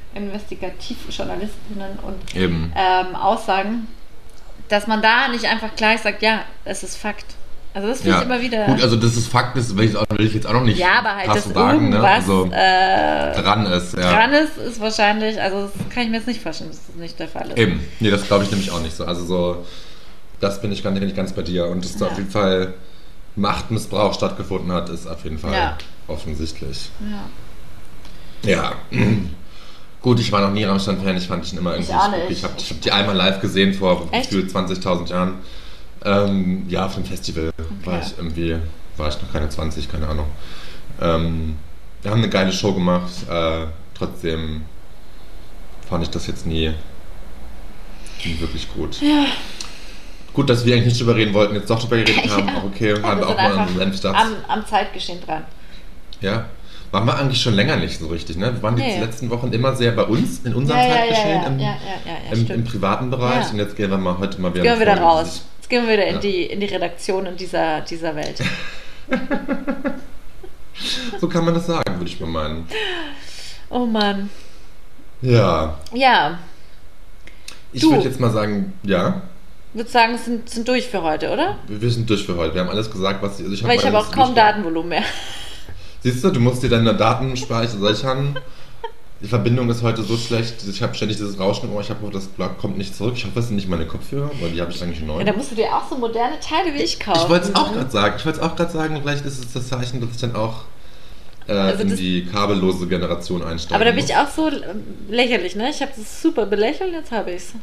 Speaker 3: Investigativjournalistinnen und
Speaker 2: eben.
Speaker 3: ähm, Aussagen, dass man da nicht einfach gleich sagt, ja, es ist Fakt. Also das finde
Speaker 2: Ja.
Speaker 3: ich immer wieder.
Speaker 2: Gut, also das ist Fakt, das will ich, auch- will ich jetzt auch noch nicht
Speaker 3: ja, aber halt,
Speaker 2: krass
Speaker 3: dass irgendwas
Speaker 2: Also
Speaker 3: äh,
Speaker 2: dran ist, ja.
Speaker 3: dran ist, ist wahrscheinlich, also das kann ich mir jetzt nicht vorstellen, dass das nicht der Fall ist.
Speaker 2: Eben. Nee, das glaube ich nämlich auch nicht so. Also so, das bin ich ganz, bin ich ganz bei dir. Und dass da
Speaker 3: Ja.
Speaker 2: auf jeden Fall Machtmissbrauch stattgefunden hat, ist auf jeden Fall
Speaker 3: Ja.
Speaker 2: offensichtlich.
Speaker 3: Ja.
Speaker 2: Ja. Gut, ich war noch nie Rammstein-Fan, ich fand ihn immer irgendwie
Speaker 3: auch
Speaker 2: spooky.
Speaker 3: nicht.
Speaker 2: Ich habe hab die einmal live gesehen vor
Speaker 3: Echt?
Speaker 2: gefühlt 20.000 Jahren. Ähm, ja, auf dem Festival war
Speaker 3: Okay.
Speaker 2: ich irgendwie, war ich noch keine 20, keine Ahnung. Ähm, wir haben eine geile Show gemacht, äh, trotzdem fand ich das jetzt nie, nie wirklich gut. Gut, dass wir eigentlich nicht drüber reden wollten, jetzt doch drüber geredet haben, auch okay, haben wir
Speaker 3: wir
Speaker 2: auch
Speaker 3: sind
Speaker 2: mal
Speaker 3: einfach
Speaker 2: unseren Senf dazu.
Speaker 3: am, am Zeitgeschehen dran.
Speaker 2: Ja. Waren wir eigentlich schon länger nicht so richtig, ne? Wir waren
Speaker 3: Nee.
Speaker 2: die letzten Wochen immer sehr bei uns, in unserem Zeitgeschehen,
Speaker 3: ja, ja,
Speaker 2: im,
Speaker 3: ja, ja, ja,
Speaker 2: im, im
Speaker 3: stimmt.
Speaker 2: privaten Bereich.
Speaker 3: Ja.
Speaker 2: Und jetzt gehen wir mal heute mal wieder.
Speaker 3: Jetzt gehen wir
Speaker 2: eine
Speaker 3: wieder
Speaker 2: Folge, die
Speaker 3: raus.
Speaker 2: sich-
Speaker 3: Jetzt gehen wir wieder
Speaker 2: Ja.
Speaker 3: in, die, in die Redaktionen dieser, dieser Welt.
Speaker 2: So kann man das sagen, würde ich mal meinen.
Speaker 3: Oh Mann.
Speaker 2: Ja.
Speaker 3: Ja,
Speaker 2: Ich
Speaker 3: Du.
Speaker 2: würde jetzt mal sagen, ja,
Speaker 3: würde sagen, sind, sind durch für heute, oder?
Speaker 2: wir wir sind durch für heute. Wir haben alles gesagt, was ich. Also ich hab
Speaker 3: Weil ich
Speaker 2: meine
Speaker 3: habe auch
Speaker 2: Liste
Speaker 3: kaum
Speaker 2: durchge-
Speaker 3: Datenvolumen mehr.
Speaker 2: Siehst du, du musst dir deine Daten speichern, sichern. Die Verbindung ist heute so schlecht. Ich habe ständig dieses Rauschen im Ohr. Ich habe das kommt nicht zurück. Ich hoffe, das sind nicht meine Kopfhörer, weil die habe ich eigentlich neu.
Speaker 3: Ja, da musst du dir auch so moderne Teile wie ich kaufen. Mhm.
Speaker 2: Ich wollte es auch gerade sagen. Ich wollte es auch gerade sagen, vielleicht ist es das Zeichen, dass ich dann auch äh,
Speaker 3: Also
Speaker 2: in
Speaker 3: das-
Speaker 2: die kabellose Generation einsteige. ne?
Speaker 3: Aber da bin ich auch so ähm, lächerlich, ne? Ich habe das super belächelt, jetzt habe ich's.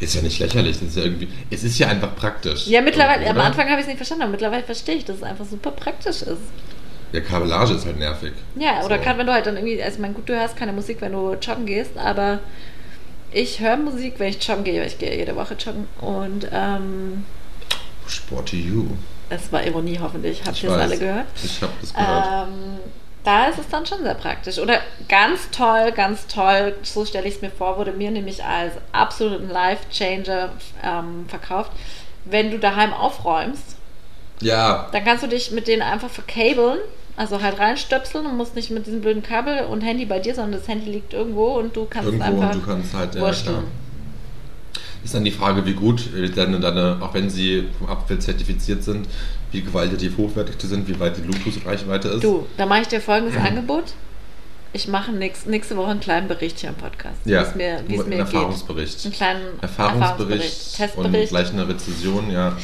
Speaker 2: Ist ja nicht lächerlich, das ist ja irgendwie. Es ist ja einfach praktisch.
Speaker 3: Ja, mittlerweile,
Speaker 2: Irgendwo,
Speaker 3: am
Speaker 2: oder?
Speaker 3: Anfang habe ich es nicht verstanden, aber mittlerweile verstehe ich, dass es einfach super praktisch ist.
Speaker 2: Ja, Kabellage ist halt nervig.
Speaker 3: Ja, oder
Speaker 2: So.
Speaker 3: gerade wenn du halt dann irgendwie, also ich meine, gut, du hörst keine Musik, wenn du joggen gehst, aber ich höre Musik, wenn ich joggen gehe, weil ich gehe jede Woche joggen und ähm,
Speaker 2: Sport to you.
Speaker 3: Es war Ironie, hoffentlich. Habt
Speaker 2: Ich
Speaker 3: ihr es
Speaker 2: weiß.
Speaker 3: alle gehört?
Speaker 2: Ich habe das gehört.
Speaker 3: Ähm, da ist es dann schon sehr praktisch. Oder ganz toll, ganz toll, so stelle ich es mir vor, wurde mir nämlich als absoluten Life-Changer ähm, verkauft. Wenn du daheim aufräumst,
Speaker 2: ja,
Speaker 3: dann kannst du dich mit denen einfach verkabeln, also halt reinstöpseln und musst nicht mit diesem blöden Kabel und Handy bei dir, sondern das Handy liegt irgendwo und du kannst es
Speaker 2: irgendwo
Speaker 3: einfach.
Speaker 2: und du kannst halt, ja,
Speaker 3: wursteln.
Speaker 2: klar. Ist dann die Frage, wie gut äh, deine, deine, auch wenn sie vom Apfel zertifiziert sind, wie qualitativ hochwertig die sind, wie weit die Bluetooth-Reichweite ist.
Speaker 3: Du, da mache ich dir folgendes
Speaker 2: Mhm.
Speaker 3: Angebot. Ich mache nächst, nächste Woche einen kleinen Bericht hier im Podcast,
Speaker 2: ja,
Speaker 3: wie es mir, wie es
Speaker 2: ein
Speaker 3: mir geht.
Speaker 2: Erfahrungsbericht.
Speaker 3: Einen kleinen
Speaker 2: Erfahrungsbericht, und
Speaker 3: Testbericht.
Speaker 2: gleich eine Rezension, ja.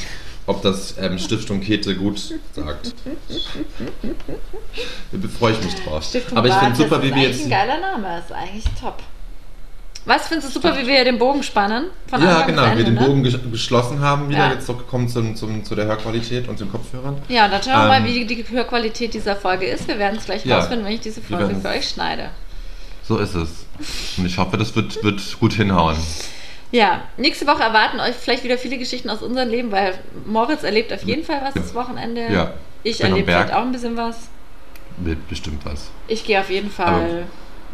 Speaker 2: Ob das ähm, Stiftung Käthe gut sagt. Da freue ich mich drauf.
Speaker 3: Stiftung
Speaker 2: Aber ich finde
Speaker 3: Barthes
Speaker 2: super, wie
Speaker 3: ist
Speaker 2: wir
Speaker 3: eigentlich
Speaker 2: jetzt.
Speaker 3: ein geiler Name, ist eigentlich top. Was findest du super, wie wir den Bogen spannen? Von
Speaker 2: ja,
Speaker 3: Anfang bis
Speaker 2: genau,
Speaker 3: Ende,
Speaker 2: wir den
Speaker 3: ne?
Speaker 2: Bogen gesch- geschlossen haben, wieder
Speaker 3: Ja.
Speaker 2: jetzt zurückgekommen zum, zum, zu der Hörqualität und den Kopfhörern.
Speaker 3: Ja, und dann schauen wir
Speaker 2: Ähm,
Speaker 3: mal, wie die Hörqualität dieser Folge ist. Wir werden es gleich
Speaker 2: Ja.
Speaker 3: rausfinden, wenn ich diese
Speaker 2: Wir
Speaker 3: Folge
Speaker 2: werden's-
Speaker 3: für euch schneide.
Speaker 2: So ist es. Und ich hoffe, das wird, wird gut hinhauen.
Speaker 3: Ja, nächste Woche erwarten euch vielleicht wieder viele Geschichten aus unserem Leben, weil Moritz erlebt auf jeden Fall was das Wochenende.
Speaker 2: Ja,
Speaker 3: ich
Speaker 2: bin am
Speaker 3: erlebe vielleicht
Speaker 2: Berg.
Speaker 3: auch ein bisschen was.
Speaker 2: Wird bestimmt was.
Speaker 3: Ich gehe auf jeden Fall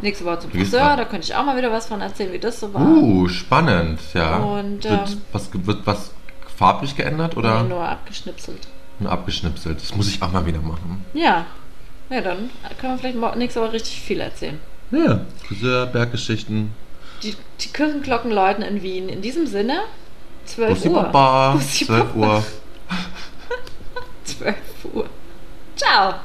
Speaker 3: nächste Woche zum
Speaker 2: Du gehst
Speaker 3: Friseur,
Speaker 2: dran.
Speaker 3: da könnte ich auch mal wieder was von erzählen, wie das so war.
Speaker 2: Uh, spannend, ja. wird,
Speaker 3: Und, ähm, genau.
Speaker 2: was, ge- wird was farblich geändert oder
Speaker 3: Nee, nur abgeschnipselt.
Speaker 2: nur abgeschnipselt? Das muss ich auch mal wieder machen.
Speaker 3: Ja. Ja, dann können wir vielleicht mo- nächste Woche richtig viel erzählen.
Speaker 2: Ja, Friseur, Berggeschichten.
Speaker 3: Die, die Kirchenglocken läuten in Wien. In diesem Sinne, 12
Speaker 2: Bussi
Speaker 3: Uhr.
Speaker 2: Baba,
Speaker 3: Bussi
Speaker 2: 12
Speaker 3: Baba.
Speaker 2: Uhr.
Speaker 3: 12 Uhr. Ciao.